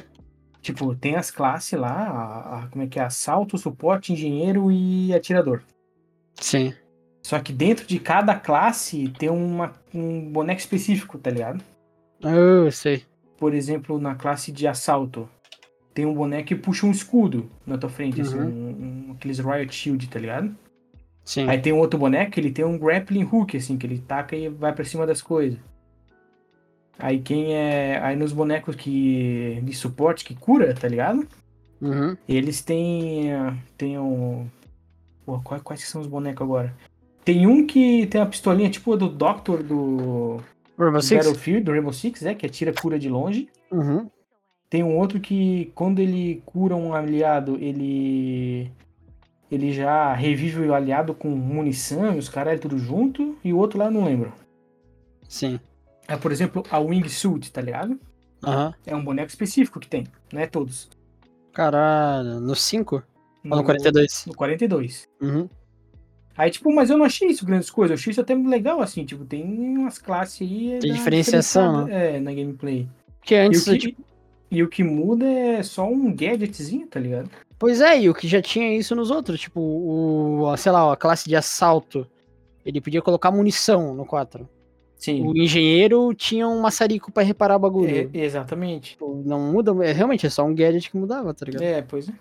Tipo, tem as classes lá, a- a- como é que é? Assalto, suporte, engenheiro e atirador. Sim. Só que dentro de cada classe tem uma, um boneco específico, tá ligado? Ah, Eu sei. Por exemplo, na classe de assalto, tem um boneco que puxa um escudo na tua frente, assim, Uhum. um, um- aqueles Riot Shield, tá ligado? Sim. Aí tem um outro boneco, ele tem um grappling hook, assim, que ele taca e vai pra cima das coisas. Aí quem é. Aí nos bonecos que. de suporte que cura, tá ligado? Uhum. Eles têm. ah, Tem um. Pô, quais, quais que são os bonecos agora? Tem um que tem uma pistolinha tipo a do Doctor do Rainbow Six? Battlefield, do Rainbow Six, é, que atira cura de longe. Uhum. Tem um outro que quando ele cura um aliado, ele. Ele já revive o aliado com munição e os caras tudo junto. E o outro lá eu não lembro. Sim. É, por exemplo, a Wingsuit, tá ligado? Aham. É um boneco específico que tem, não é todos. Caralho. No 5? Ou no No- 42? no 42. Uhum. Aí, tipo, mas eu não achei isso grandes coisas. Eu achei isso até legal, assim. Tipo, tem umas classes aí. Tem dá uma diferenciação, diferenciada, É, na gameplay. Porque E antes, o, que, tipo, e o que muda é só um gadgetzinho, tá ligado? Pois é, e o que já tinha isso nos outros, tipo, o, a, sei lá, a classe de assalto, ele podia colocar munição no 4. Sim. O engenheiro tinha um maçarico pra reparar o bagulho. É, exatamente. Tipo, não muda, é, realmente é só um gadget que mudava, tá ligado? É, pois é.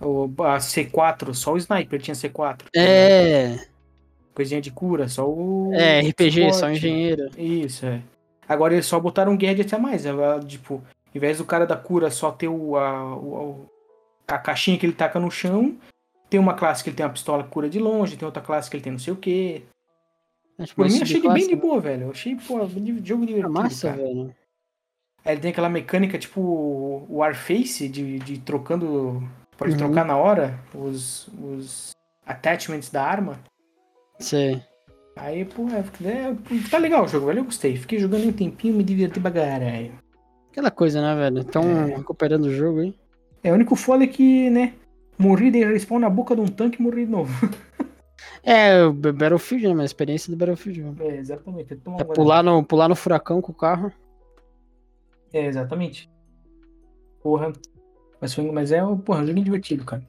O, a C4, só o sniper tinha C4. É, Coisinha de cura, só o. é, RPG, só um suporte. engenheiro. Isso, é. Agora eles só botaram um gadget a mais. ela, Tipo, ao invés do cara da cura só ter o, a, o- a caixinha que ele taca no chão, tem uma classe que ele tem uma pistola que cura de longe, tem outra classe que ele tem não sei o quê. É, tipo, Por uma mim, achei ele subclasse, bem de né? boa, velho. Eu achei, pô, de- jogo Ah, divertido. massa, cara. velho. Aí ele tem aquela mecânica, tipo, o Warface, de, de trocando. Pode Uhum. trocar na hora os, os attachments da arma. Sei. Aí, pô, é, é- tá legal o jogo, velho. Eu gostei. Fiquei jogando um tempinho, me diverti pra caralho. Aquela coisa, né, velho? Estão É. recuperando o jogo, hein? É, o único foda é que, né? Morri de respawn na boca de um tanque e morri de novo. É, o B- Battlefield, né, mano? A experiência do Battlefield, mano. É, exatamente. Toma É agora. pular no, pular no furacão com o carro. É, exatamente. Porra. Mas, foi, mas é porra, um joguinho divertido, cara.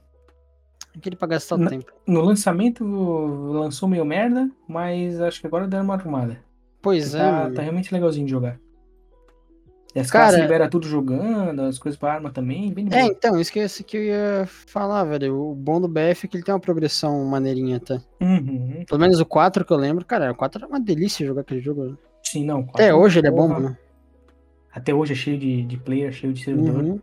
Aquele pra gastar o Não. tempo. No lançamento lançou meio merda, mas acho que agora deram uma arrumada. Pois é, tá, mano. tá realmente legalzinho de jogar. E as Cara- classes libera tudo jogando, as coisas pra arma também, bem de É, boa. então, isso que, isso que eu ia falar, velho. O bom do BF é que ele tem uma progressão maneirinha até. Uhum. Pelo menos o 4 que eu lembro, cara, o 4 era uma delícia jogar aquele jogo. Sim, não. quatro- Até hoje ele é bom, porra. mano. Até hoje é cheio de, de player, cheio de servidor. Uhum.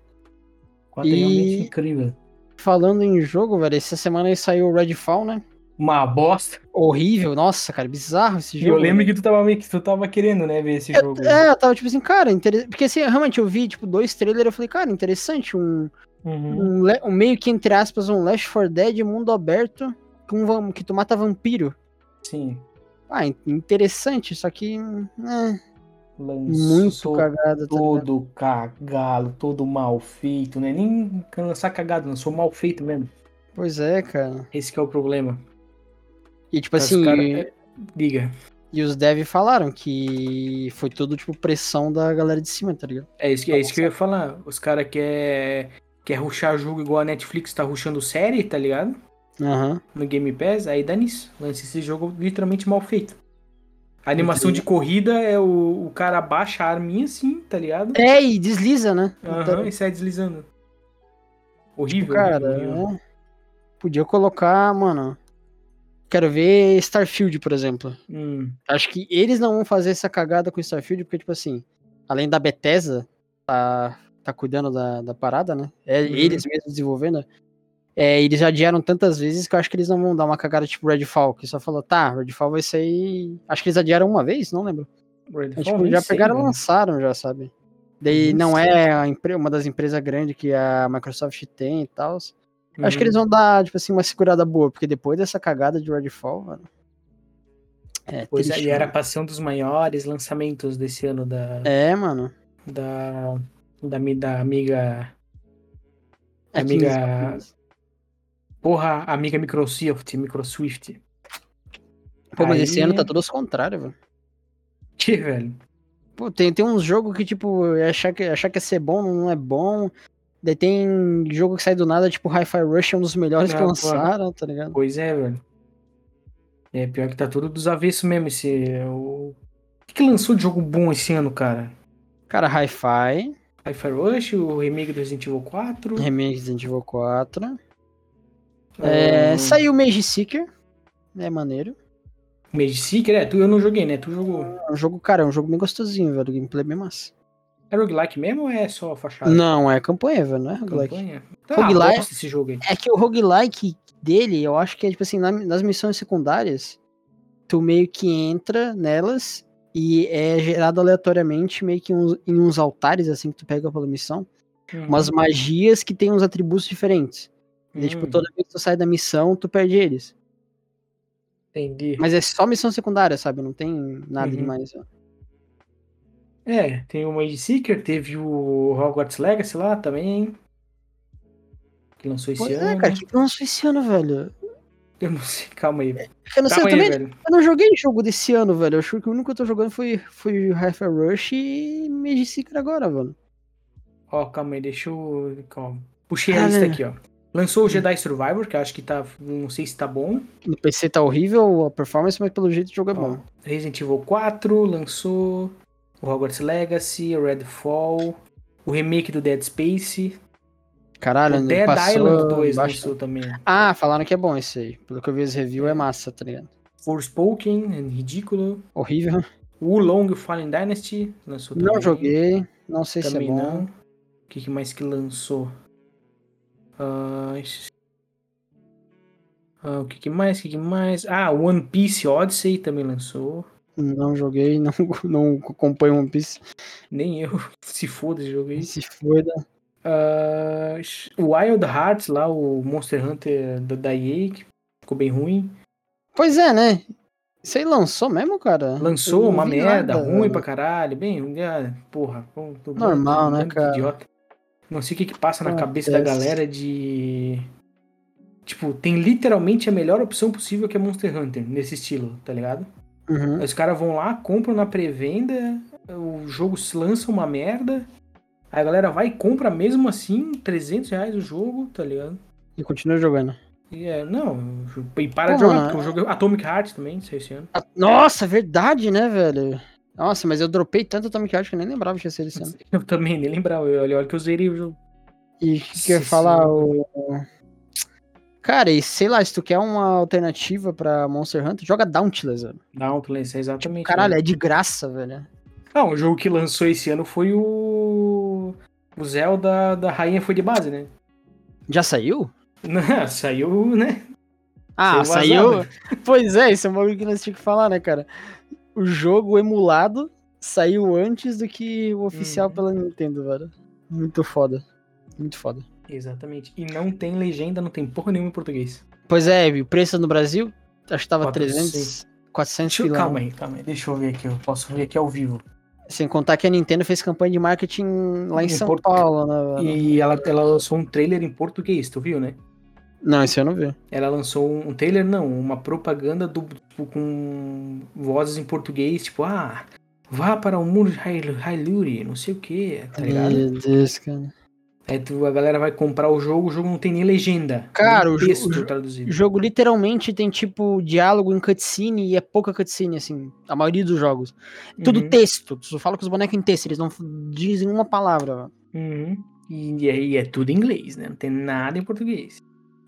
Quatro é realmente E- incrível. Falando em jogo, velho, essa semana aí saiu o Redfall, né? Uma bosta. Horrível, nossa, cara, bizarro esse Eu jogo. lembro que tu tava meio que tu tava querendo, né, ver esse jogo. É, eu tava tipo assim, cara, inter... porque assim, realmente eu vi, tipo, dois trailers, eu falei, cara, interessante, um, Uhum. um, le- um meio que, entre aspas, um Last 4 Dead mundo aberto com um vam- que tu mata vampiro. Sim. Ah, in- interessante, só que, né, Muito Lançou cagada, tá ligado? todo cagado, todo mal feito, né? Nem lançar cagado, lançou mal feito mesmo. Pois é, cara. Esse que é o problema. E tipo Os assim, cara- é- e, Diga. e os dev falaram que foi tudo tipo pressão da galera de cima, tá ligado? É isso, que- é isso que eu ia falar. Os caras quer quer ruxar jogo igual a Netflix tá ruxando série, tá ligado? Aham. No Game Pass, aí dá nisso. Lança esse jogo literalmente mal feito. A animação de corrida é o, o cara abaixa a arminha assim, tá ligado? É, e desliza, né? Aham, Então, e sai deslizando. tipo, Horrível. cara, horrível, horrível. né? podia colocar, mano. Quero ver Starfield, por exemplo. Hum, Acho que eles não vão fazer essa cagada com Starfield, porque, tipo assim, além da Bethesda, tá, tá cuidando da, da parada, né? É, Uhum. Eles mesmos desenvolvendo. É, eles já adiaram tantas vezes que eu acho que eles não vão dar uma cagada tipo Redfall, que só falou, tá, Redfall vai sair. Acho que eles adiaram uma vez, não lembro. Redfall, Mas, tipo, nem já sei, pegaram e velho. lançaram, já, sabe? Daí Nem não sei. é a empre- uma das empresas grandes que a Microsoft tem e tal. Acho que Uhum. eles vão dar, tipo assim, uma segurada boa, porque depois dessa cagada de Redfall, mano. É, Pois triste, aí era mano. pra ser um dos maiores lançamentos desse ano da, É, mano. da, da, mi- da amiga. É Amiga- 15, 15. Porra, amiga Microsoft, Microswift. Pô, mas esse Aí- ano tá tudo ao contrário, velho. Que, velho. é Pô, tem, tem uns jogos que, tipo, achar que, achar que ia ser bom, não é bom. Daí tem jogo que sai do nada, tipo Hi-Fi Rush é um dos melhores Ah, que pô. lançaram, tá ligado? Pois é, velho. É, pior que tá tudo dos avessos mesmo. Esse, é o... o que, que lançou de jogo bom esse ano, cara? Cara, Hi-Fi, Hi-Fi Rush, o remake do Resident Evil 4. Remake Resident Evil 4. É, ah, Saiu Mage Seeker, é maneiro. Mage Seeker, é, tu, eu não joguei, né? Tu jogou. É um jogo, cara, é um jogo bem gostosinho, velho. Gameplay bem massa. É roguelike mesmo ou é só fachada? Não, é campanha, velho, não é roguelike. Campanha? Tá, Roguelike- eu gosto desse jogo aí. É que o roguelike dele, eu acho que é tipo assim, na- nas missões secundárias, tu meio que entra nelas e é gerado aleatoriamente meio que uns- em uns altares assim que tu pega pela missão, Uhum, umas magias que tem uns atributos diferentes. E, Hum, tipo, toda vez que tu sai da missão, tu perde eles. Entendi. Mas é só missão secundária, sabe? Não tem nada Uhum. demais. ó. É, tem o Mage Seeker, teve o Hogwarts Legacy lá também. Que lançou esse Pois ano. é, cara, que lançou esse ano, velho? Eu não sei, calma aí. Calma Eu não sei, eu aí, também Tá velho. eu não joguei jogo desse ano, velho. Eu acho que o único que eu tô jogando foi, foi Hi-Fi Rush e Mage Seeker agora, velho. Ó, calma aí, deixa eu. Calma. Puxei a Cara. lista aqui, ó. Lançou o Jedi Survivor, que eu acho que tá. Não sei se tá bom. No PC tá horrível a performance, mas pelo jeito o jogo Ó, é bom. Resident Evil 4 lançou. O Hogwarts Legacy, o Redfall. O remake do Dead Space. Caralho, o Ah, não Dead passou Island né, 2 embaixo. lançou também. Ah, falaram que é bom esse aí. Pelo que eu vi os reviews, é massa, tá ligado? Forspoken, ridículo. Horrível. O Long Fallen Dynasty lançou também. Não joguei. Não sei se é Também bom. não. O que, que mais que lançou? Ah, esse- Ah, o que, que mais? O que, que mais? Ah, One Piece Odyssey também lançou. Não joguei, não, não acompanho One Piece. Nem eu, se foda, esse jogo aí. Se foda. Ah, o Wild Hearts lá, o Monster Hunter da, da EA, que ficou bem ruim. Pois é, né? Isso aí lançou mesmo, cara? Uhum. Eu Lançou não uma vi merda, nada, ruim velho. pra caralho, bem ruim. ah, porra, tô- tô- Normal, né, bando de cara? Idiota. Não sei o que que passa na cabeça da Acontece. galera de. Tipo, tem literalmente a melhor opção possível que é Monster Hunter, nesse estilo, tá ligado? Uhum. Aí Os caras vão lá, compram na pré-venda, o jogo se lança uma merda, aí a galera vai e compra mesmo assim, 300 reais o jogo, tá ligado? E continua jogando. E é, não, e para Pô, de jogar, mano, porque o jogo é Atomic Heart também, saiu é esse ano. Ah, Nossa, verdade, né, velho? Nossa, mas eu dropei tanto Atomic Heart que eu nem lembrava que tinha sido esse ano. Eu também nem lembrava, eu- olha olha que eu zerei o jogo. E o que, que eu ia Nossa falar? O... é, Cara, e sei lá, se tu quer uma alternativa pra Monster Hunter, joga Dauntless, velho. Dauntless, é exatamente. Caralho, é de graça, velho. Não, o jogo que lançou esse ano foi o. O Zelda da Rainha foi de base, né? Já saiu? Não, saiu, né? Ah, Saiu saiu? Pois é, isso é um bagulho que nós tínhamos que falar, né, cara? O jogo emulado saiu antes do que o oficial Uhum. pela Nintendo, velho. Muito foda. Muito foda. Exatamente. E não tem legenda, não tem porra nenhuma em português. Pois é, e o preço no Brasil, acho que tava 400. 300, 400 Deixa eu, pila, né? calma aí, calma aí. Deixa eu ver aqui. Eu posso ver aqui ao vivo. Sem contar que a Nintendo fez campanha de marketing lá em Em São Porto- Paulo, né, velho? E ela, ela lançou um trailer em português, tu viu, né? Não, isso eu não vi. Ela lançou um, um trailer, não, uma propaganda do, tipo, com vozes em português, tipo, ah, vá para o mundo de Hyrule- Hyrule, não sei o que, tá ligado? Meu Deus, cara. Aí tu, a galera vai comprar o jogo, o jogo não tem nem legenda. Cara, nem o jo- texto o jo- O traduzido. jogo literalmente tem, tipo, diálogo em cutscene e é pouca cutscene, assim, a maioria dos jogos. É Tudo Uhum, texto, tu só fala com os bonecos em texto, eles não f- dizem uma palavra. velho. uhum. E, e aí é tudo em inglês, né? Não tem nada em português.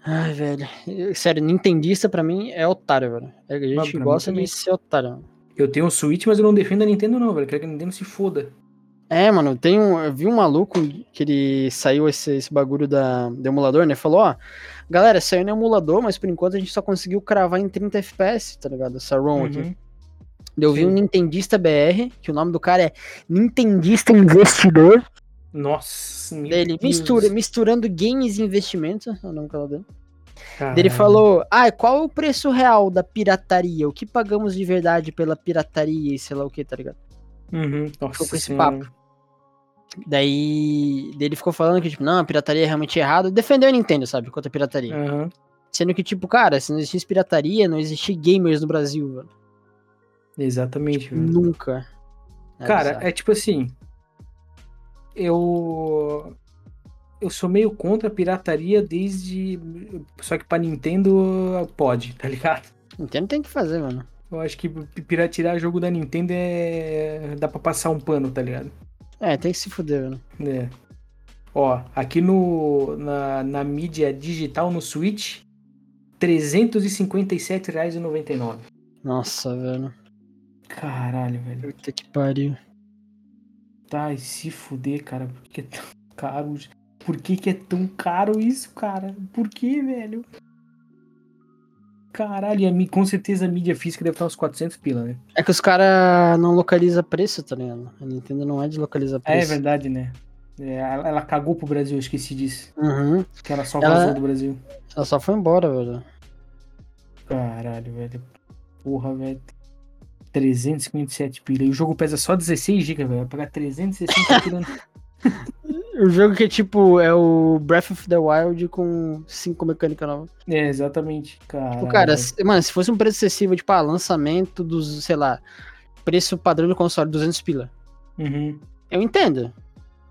Ai, velho. Eu- Sério, nintendista pra mim é otário, velho. É que A Mas gente pra mim gosta também. de ser otário. mano. Eu tenho o Switch, mas eu não defendo a Nintendo, não, velho. Quero que a Nintendo se foda. É, mano, tem um, eu vi um maluco que ele saiu esse, esse bagulho da, do emulador, né? Falou, ó, galera, saiu no emulador, mas por enquanto a gente só conseguiu cravar em 30 FPS, tá ligado? Essa ROM aqui. Uhum. Eu vi Sim. um Nintendista BR, que o nome do cara é Nintendista Investidor. Nossa, meu Ele Deus. mistura, misturando games e investimento. É o nome que ela deu. Daí Ele Caralho. falou: Ah, qual é o preço real da pirataria? O que pagamos de verdade pela pirataria e sei lá o que, tá ligado? Uhum. Nossa, Ficou com esse senhora. Daí, daí ele ficou falando que, tipo, não, a pirataria é realmente errado. Defendeu a Nintendo, sabe? Contra a pirataria. Aham. Sendo que, tipo, cara, se não existisse pirataria, não existia gamers no Brasil, velho. Exatamente, velho. Nunca. É Hum. Cara, tipo bizarro. é tipo assim. Eu. eu sou meio contra a pirataria desde. Só que pra Nintendo pode, tá ligado? Nintendo tem que fazer, mano. Eu acho que piratear jogo da Nintendo é. dá pra passar um pano, tá ligado? É, tem que se fuder, mano. É. Ó, aqui no, na, na mídia digital, no Switch, R$ 357,99. Nossa, velho. Caralho, velho. Puta que pariu. Tá, e se fuder, cara, por que é tão caro? Por que, que é tão caro isso, cara? Por que, velho? Caralho, e a mi- com certeza a mídia física deve estar uns 400 pila, né? É que os caras não localizam preço, tá ligado? A Nintendo não é de localizar É, preço. verdade, né? É, ela ela cagou pro Brasil, eu esqueci disso. Uhum. Que ela só Ela- vazou do Brasil. Ela só foi embora, velho. Caralho, velho. Porra, velho. 357 pila. E o jogo pesa só 16 GB, velho. Vai pagar 360 pila. O jogo que é tipo, é o Breath of the Wild com cinco mecânicas novas. É, exatamente. Caralho. Tipo, cara, velho. se- mano, se fosse um preço excessivo, tipo, ah, lançamento dos, sei lá, preço padrão do console, 200 pila. Uhum. Eu entendo.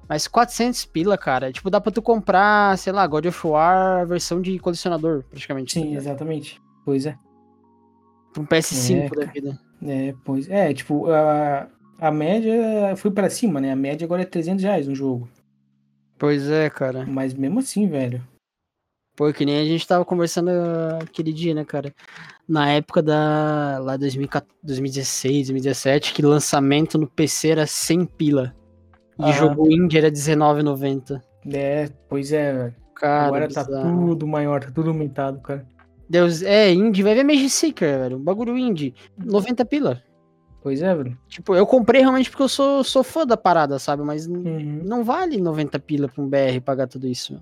Mas 400 pila, cara, tipo, dá pra tu comprar, sei lá, God of War, versão de colecionador, praticamente. Sim, exatamente. Pois é. Pra um É, PS5 da vida. É, pois é. Tipo, a, a média foi pra cima, né? A média agora é 300 reais no jogo. Pois é, cara. Mas mesmo assim, velho. Pô, que nem a gente tava conversando ah, aquele dia, né, cara? Na época da. lá 2014, 2016, 2017, que lançamento no PC era 100 pila. E Aham. jogo indie era 19,90. É, pois é, velho. Cara, Agora tá bizarro. tudo maior, tá tudo aumentado, cara. Deus, é, indie, vai ver Magic Seeker, velho. Um bagulho indie. 90 pila. Pois é, velho. Tipo, eu comprei realmente porque eu sou, sou fã da parada, sabe? Mas n- Uhum. não vale 90 pila pra um BR pagar tudo isso.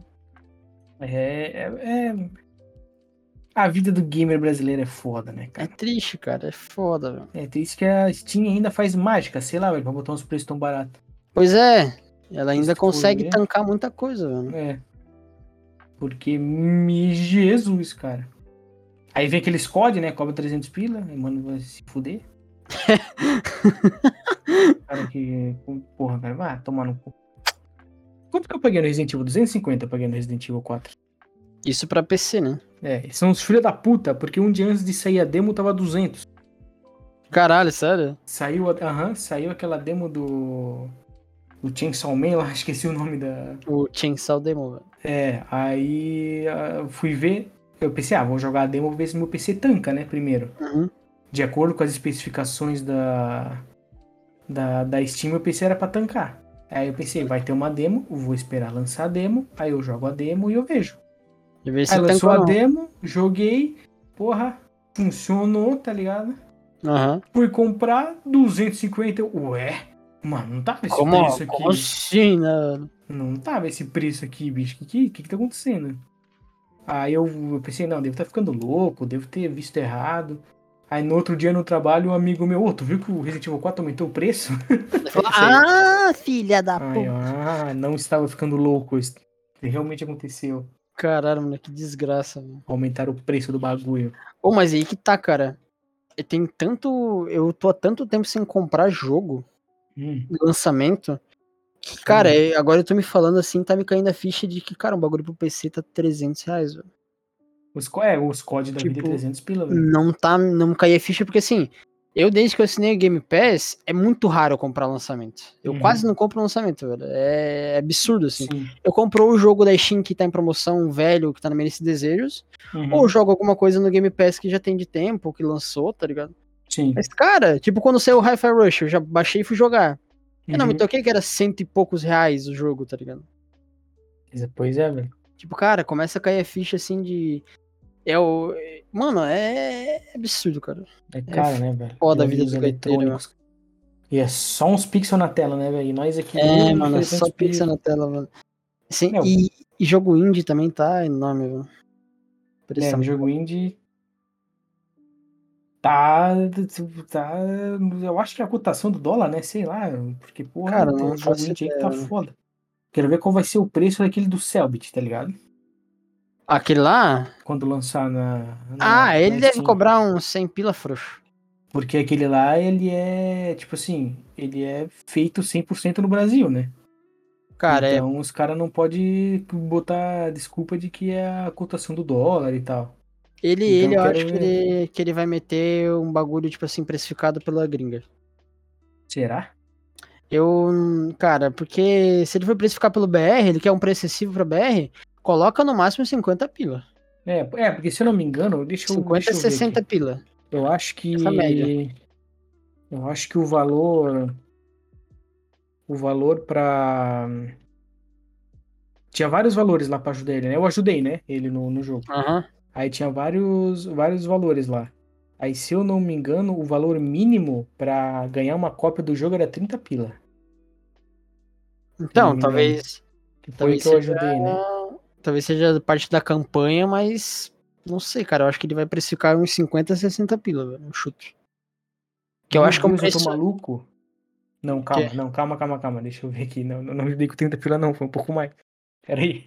É, é, é- A vida do gamer brasileiro é foda, né, É cara? triste, cara. É foda, velho. É tem isso que a Steam ainda faz mágica, sei lá, velho, pra botar uns preços tão baratos. Pois é, ela Se ainda tu for consegue ver- tancar muita coisa, velho. É. Porque, me Jesus, cara. Aí vem aqueles COD, né? Cobra 300 pila, e, mano, vai se fuder. cara que. Porra, velho, vai tomar no cu. Quanto que eu paguei no Resident Evil? 250 eu paguei no Resident Evil 4. Isso pra PC, né? É, são os filhos da puta, porque um dia antes de sair a demo tava 200. Caralho, sério? Saiu, a- aham, saiu aquela demo do. Do Chainsaw Man lá, esqueci o nome da. O Chainsaw Demo, velho. É, aí ah, eu fui ver. Eu pensei, ah, vou jogar a demo, vou ver se meu PC tanca, né, primeiro. Uhum. De acordo com as especificações da. Da, da Steam, meu PC era pra tancar. Aí eu pensei, vai ter uma demo, eu vou esperar lançar a demo, aí eu jogo a demo e eu vejo. De ver um. aí se lançou tancou a não. demo, joguei, porra, funcionou, tá ligado? Aham. Fui comprar 250. Ué? Mano, não tava esse preço Como, aqui. como assim, né? velho? Não tava esse preço aqui, bicho. O que, que, que que tá acontecendo? Aí eu, eu pensei, não, devo estar ficando louco, devo ter visto errado. Aí no outro dia no trabalho, um amigo meu, ô, tu viu que o Resident Evil 4 aumentou o preço? Ele falou, ah, filha da Aí, eu, puta. ah, não estava ficando louco. Isso realmente aconteceu. Caralho, mano, que desgraça, velho. Aumentaram o preço do bagulho. Ô, mas aí que tá, cara. Eu tenho tanto. Eu tô há tanto tempo sem comprar jogo, Hum, lançamento. Que, cara, Uhum. eu- agora eu tô me falando assim, tá me caindo a ficha de que, cara, um bagulho pro PC tá 300 reais, velho. Os, co- é, os COD da vida é Tipo, 300 pila, velho. Não tá. Não caí a ficha, porque assim, eu desde que eu assinei o Game Pass, é muito raro eu comprar lançamento. Eu Uhum. quase não compro lançamento, velho. É absurdo, assim. Sim. Eu compro o jogo da Steam que tá em promoção, velho, que tá na minha lista de desejos, Uhum. ou jogo alguma coisa no Game Pass que já tem de tempo, que lançou, tá ligado? Uhum. Sim. Mas, cara, tipo, quando saiu o Hi-Fi Rush, eu já baixei e fui jogar. Eu não me Uhum. toquei que era cento e poucos reais o jogo, tá ligado? Pois é, velho. Tipo, cara, começa a cair a ficha assim de. É o. Mano, é absurdo, cara. É caro, né, velho? foda a vida Jogos do gaiteiro, E é só uns pixels na tela, né, velho? E nós aqui. É, uh, mano, é só 300 pi. pixel na tela, mano. Assim, Não. e, e jogo indie também tá enorme, velho. É, Pressão. jogo indie. Tá, tá. Eu acho que é a cotação do dólar, né? Sei lá. Porque, porra, Cara, tem não um jogo faço indie aí que ideia, tá né? foda. Quero ver qual vai ser o preço daquele do Selbit, tá ligado? Aquele lá, Quando lançar na. na- Ah, ele na deve Steam. cobrar uns 100 pila frouxo. Porque aquele lá, ele é, tipo assim, ele é feito 100% no Brasil, né? Cara, é. então os caras não podem botar desculpa de que é a cotação do dólar e tal. é, Ele, Então, ele eu quero acho que ver. ele, que ele vai meter um bagulho, tipo assim, precificado pela gringa. Será? Eu, hum, cara, porque se ele for precificar pelo BR, ele quer um preço excessivo pra BR, coloca no máximo 50 pila. É, é porque se eu não me engano, deixa eu. 50, deixa eu ver aqui. 60 pila. Eu acho que. Essa média. Eu acho que o valor. O valor pra. Tinha vários valores lá pra ajudar ele, né? Eu ajudei, né? Ele no, no jogo. Aham. Aí tinha vários, vários valores lá. Aí, se eu não me engano, o valor mínimo pra ganhar uma cópia do jogo era 30 pila. Então, Hum, talvez, Que foi o Talvez que eu seja- ajudei, né? talvez seja parte da campanha, mas não sei, cara, eu acho que ele vai precificar uns 50, 60 pila, velho, um chute. Que eu Meu acho que é um Deus, eu tô preço- maluco. Não, calma, Quê? não, calma, calma, calma. Deixa eu ver aqui. Não, não, não ajudei com 30 pila, não. Foi um pouco mais. Peraí.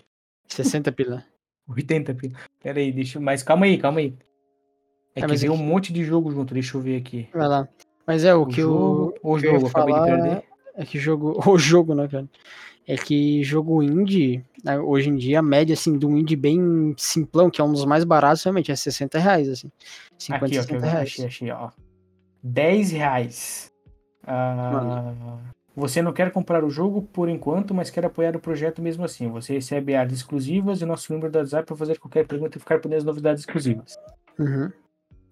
60 pila. 80 pila. Pera aí, deixa eu... Mas calma aí, calma aí. É É, que mas veio um aqui- monte de jogo junto, deixa eu ver aqui. Vai lá. Mas é o, que o jogo, o que eu ia jogo, acabei de falar perder. É que jogo. O jogo, né, cara? É que jogo indie, né, hoje em dia, a média, assim, de um indie bem simplão, que é um dos mais baratos, realmente, é 60 reais, assim. 50, Aqui, ó, que 60 eu reais. achei, achei, ó. 10 reais. Ah, você não quer comprar o jogo por enquanto, mas quer apoiar o projeto mesmo assim. Você recebe áreas exclusivas e nosso número do WhatsApp para fazer qualquer pergunta e ficar por dentro das novidades exclusivas. Uhum.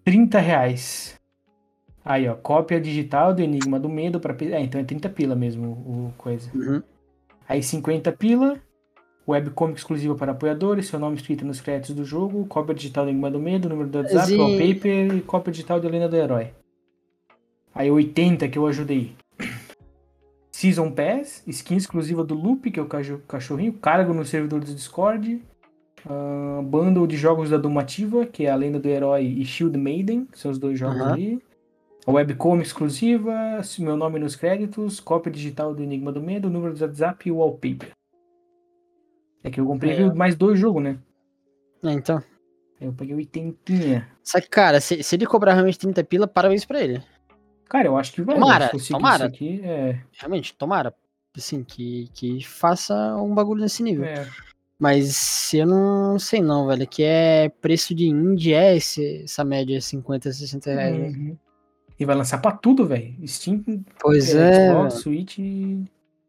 30 reais. Aí, ó, cópia digital do Enigma do Medo para... É, então é 30 pila mesmo o o coisa. Uhum. Aí 50 pila, webcomic exclusiva para apoiadores, seu nome escrito nos créditos do jogo, cópia digital do Enigma do Medo, número do WhatsApp, Sim. wallpaper e cópia digital de Helena do Herói. Aí 80 que eu ajudei. Season Pass, skin exclusiva do Loop, que é o cacho- cachorrinho, cargo no servidor do Discord, ah, bundle de jogos da Domativa, que é a Lenda do Herói e Shield Maiden, que são os dois jogos Aham. ali. A webcom exclusiva, meu nome nos créditos, cópia digital do Enigma do Medo, número do WhatsApp e wallpaper. É que eu comprei É. mais dois jogos, né? É, então. Aí eu paguei 80. Só que, cara, se, se ele cobrar realmente 30 pila, parabéns pra ele. Cara, eu acho que vai. Tomara, se conseguir tomara. Isso aqui, é, Realmente, tomara. Assim, que, que faça um bagulho nesse nível. é. Mas eu não sei não, velho. Que é preço de indie, é esse, essa média, 50, 60 reais. né? Uhum. E vai lançar pra tudo, velho. Steam, Pois é, é, Xbox, velho, Switch e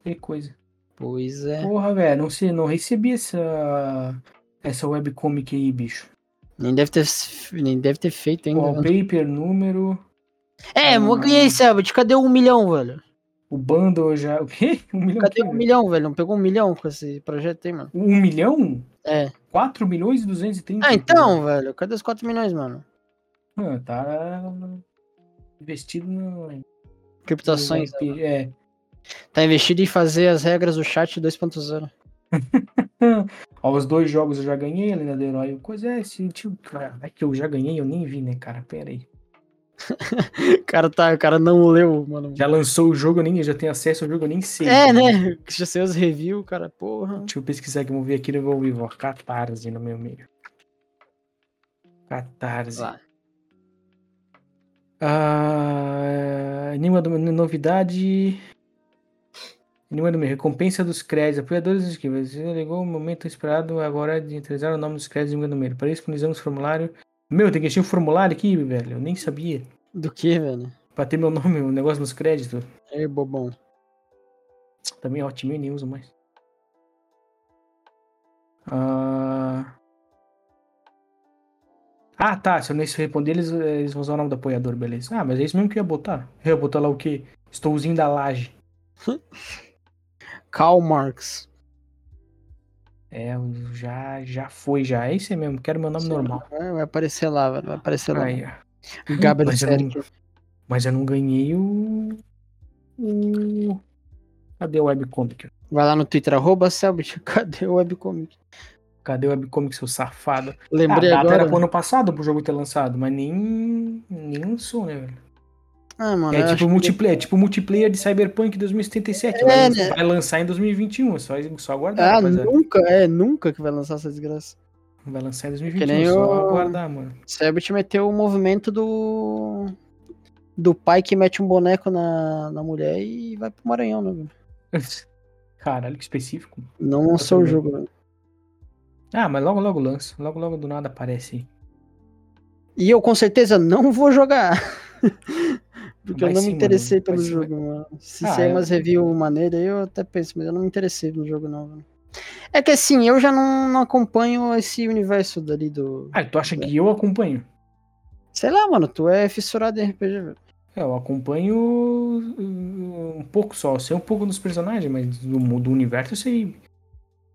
e coisa. pois é. Porra, velho, não sei, não recebi essa essa webcomic aí, bicho. Nem deve ter, nem deve ter feito ainda. né? Wallpaper, número, É, Hum. e aí, Selbit, cadê um milhão, velho? o bundle já. O quê? Um milhão? Cadê o quê, um velho? milhão, velho? Não pegou um milhão com esse projeto aí, mano? Um milhão? É. 4 milhões e 230. Ah, então, velho, cadê os 4 milhões, mano? Ah, tá investido no. no Criptações. né? web- É. Tá investido em fazer as regras do chat 2.0. Ó, os dois jogos eu já ganhei, Lenda do Herói. Coisa é, esse tipo. cara, É que eu já ganhei, eu nem vi, né, cara? Pera aí. O cara tá, o cara não leu, mano. Já lançou o jogo, eu nem eu já tenho acesso ao jogo, eu nem sei. É, né? Já saiu os reviews, cara, porra. Deixa eu pesquisar aqui, vamos ver aqui no meu vivo. ó, Catarse no meu meio. Catarse. Lá. Ah, nenhuma do- novidade. Nenhuma do meu. Recompensa dos créditos. Apoiadores dos inscritos. Você ligou o momento esperado agora é de entregar o nome dos créditos do meu número. Para isso, utilizamos o formulário. Meu, tem que encher o formulário aqui, velho. Eu nem sabia. Do que, velho? Pra ter meu nome, o negócio nos créditos. É bobão. Também Hotmail nem uso mais. Ah, ah tá. Se eu não responder, eles, eles vão usar o nome do apoiador, beleza. Ah, mas é isso mesmo que eu ia botar. Eu ia botar lá o quê? Estouzinho da laje. Karl Marx. É, o- já, já foi, já. É isso aí mesmo. Quero meu nome Sei normal. lá, Vai, vai aparecer lá, velho. Vai aparecer lá. Aí, ó. Gabriel Mas eu não- Mas eu não ganhei o. o... Cadê o webcomic? Vai lá no Twitter, arroba Selbit. Cadê o webcomic? Cadê o webcomic, seu safado? Ah, a Lembrei data agora. era pro ano passado pro jogo ter lançado, mas nem. nem lançou, né, velho? Ah, mano, eu É acho tipo, que- multiplayer, é tipo multiplayer de Cyberpunk 2077. É, vai, né? vai lançar em 2021, só, só aguardar, Ah, rapaziada. nunca, é, nunca que vai lançar essa desgraça. Vai lançar em Que nem 2021, só o- aguardar, mano. Selbit meteu o movimento do. Do pai que mete um boneco na, na mulher e vai pro Maranhão, né? velho? Caralho, que específico. Não lançou o também. jogo. né? Ah, mas logo logo lança. Logo logo do nada aparece aí. E eu com certeza não vou jogar. Porque Vai eu não sim, me interessei mano. Vai pelo sim, jogo, mano. Se Ah, sair eu- umas review maneira, aí eu até penso, mas eu não me interessei pelo jogo, não. mano. É que assim, eu já não, não acompanho esse universo dali do. Ah, tu acha É. que eu acompanho? Sei lá, mano, tu é fissurado em RPG, velho. É, Eu acompanho uh, um pouco só. Eu sei um pouco dos personagens, mas do, mu- do universo eu sei,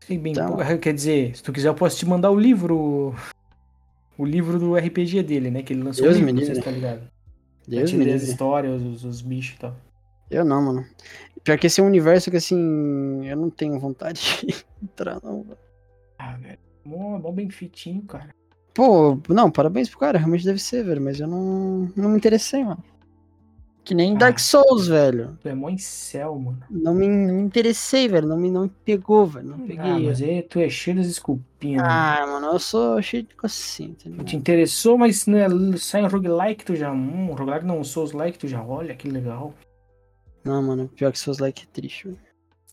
sei bem Então. pouco. Quer dizer, se tu quiser eu posso te mandar o livro. O livro do RPG dele, né? Que ele lançou Deus o livro, me não sei livre. se tá ligado. Deus Pra me te ler as livre. histórias, os, os bichos e tal. Eu não, mano. Pior que esse é um universo que assim, eu não tenho vontade de entrar, não. velho. Ah, velho. Mó, mó bem fitinho, cara. Pô, não, parabéns pro cara, realmente deve ser, velho, mas eu não, não me interessei, mano. Que nem Ah. Dark Souls, velho. Tu é mó em céu, mano. Não me, não me interessei, velho. Não me, não me pegou, velho. Não peguei. Ah, mas é, tu é cheio das desculpinhas. mano. Hum, Ah, mano, eu sou cheio de coisa assim, tá ligado? Te interessou, mas né, sai um roguelike, tu já. Hum, roguelike não, souls like, tu já olha, que legal. Não, mano, pior que seus likes é triste, velho.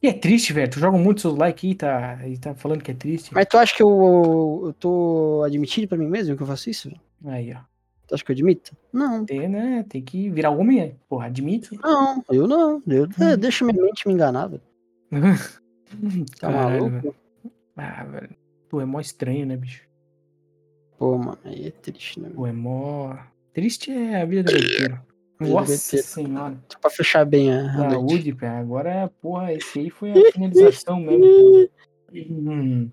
E é triste, velho. Tu joga muito seus likes e tá, e tá falando que é triste. Mas tu acha que eu, eu tô admitindo pra mim mesmo que eu faço isso, velho? Aí, ó. Tu acha que eu admito? Não. Tem, né? Tem que virar homem, né? Porra, admite. Não, eu não. Eu, Uhum. eu deixo minha mente me enganar, velho. Tá velho. maluco? Ah, velho. Tu é mó estranho, né, bicho? Pô, mano, aí é triste, né, velho? Tu é mó. Triste é a vida do leiteiro. Vida do Nossa leiteiro. senhora. Só pra fechar bem Ah, a, a noite. Saúde, cara. Agora, porra, esse aí foi a finalização mesmo. Hum.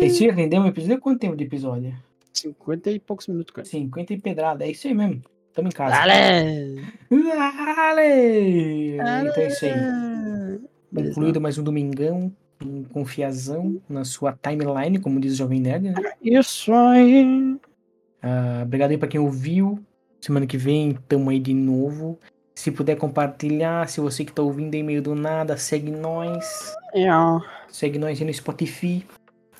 Esse ia render um episódio? Quanto tempo de episódio? 50 e poucos minutos, cara. 50 e pedrada. É isso aí mesmo. Tamo em casa. Dale! Dale! Então é isso aí. Beleza, Concluído mais um domingão, um confiazão na sua timeline, como diz o Jovem Nerd. Né? Isso aí. Ah, obrigado aí pra quem ouviu. Semana que vem, tamo aí de novo. Se puder compartilhar, se você que tá ouvindo aí meio do nada, segue nós. É, ó. Segue nós aí no Spotify.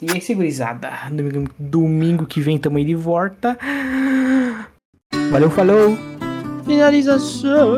E é isso, gurizada. Domingo, domingo que vem tamo aí de volta. Valeu, falou! Finalização.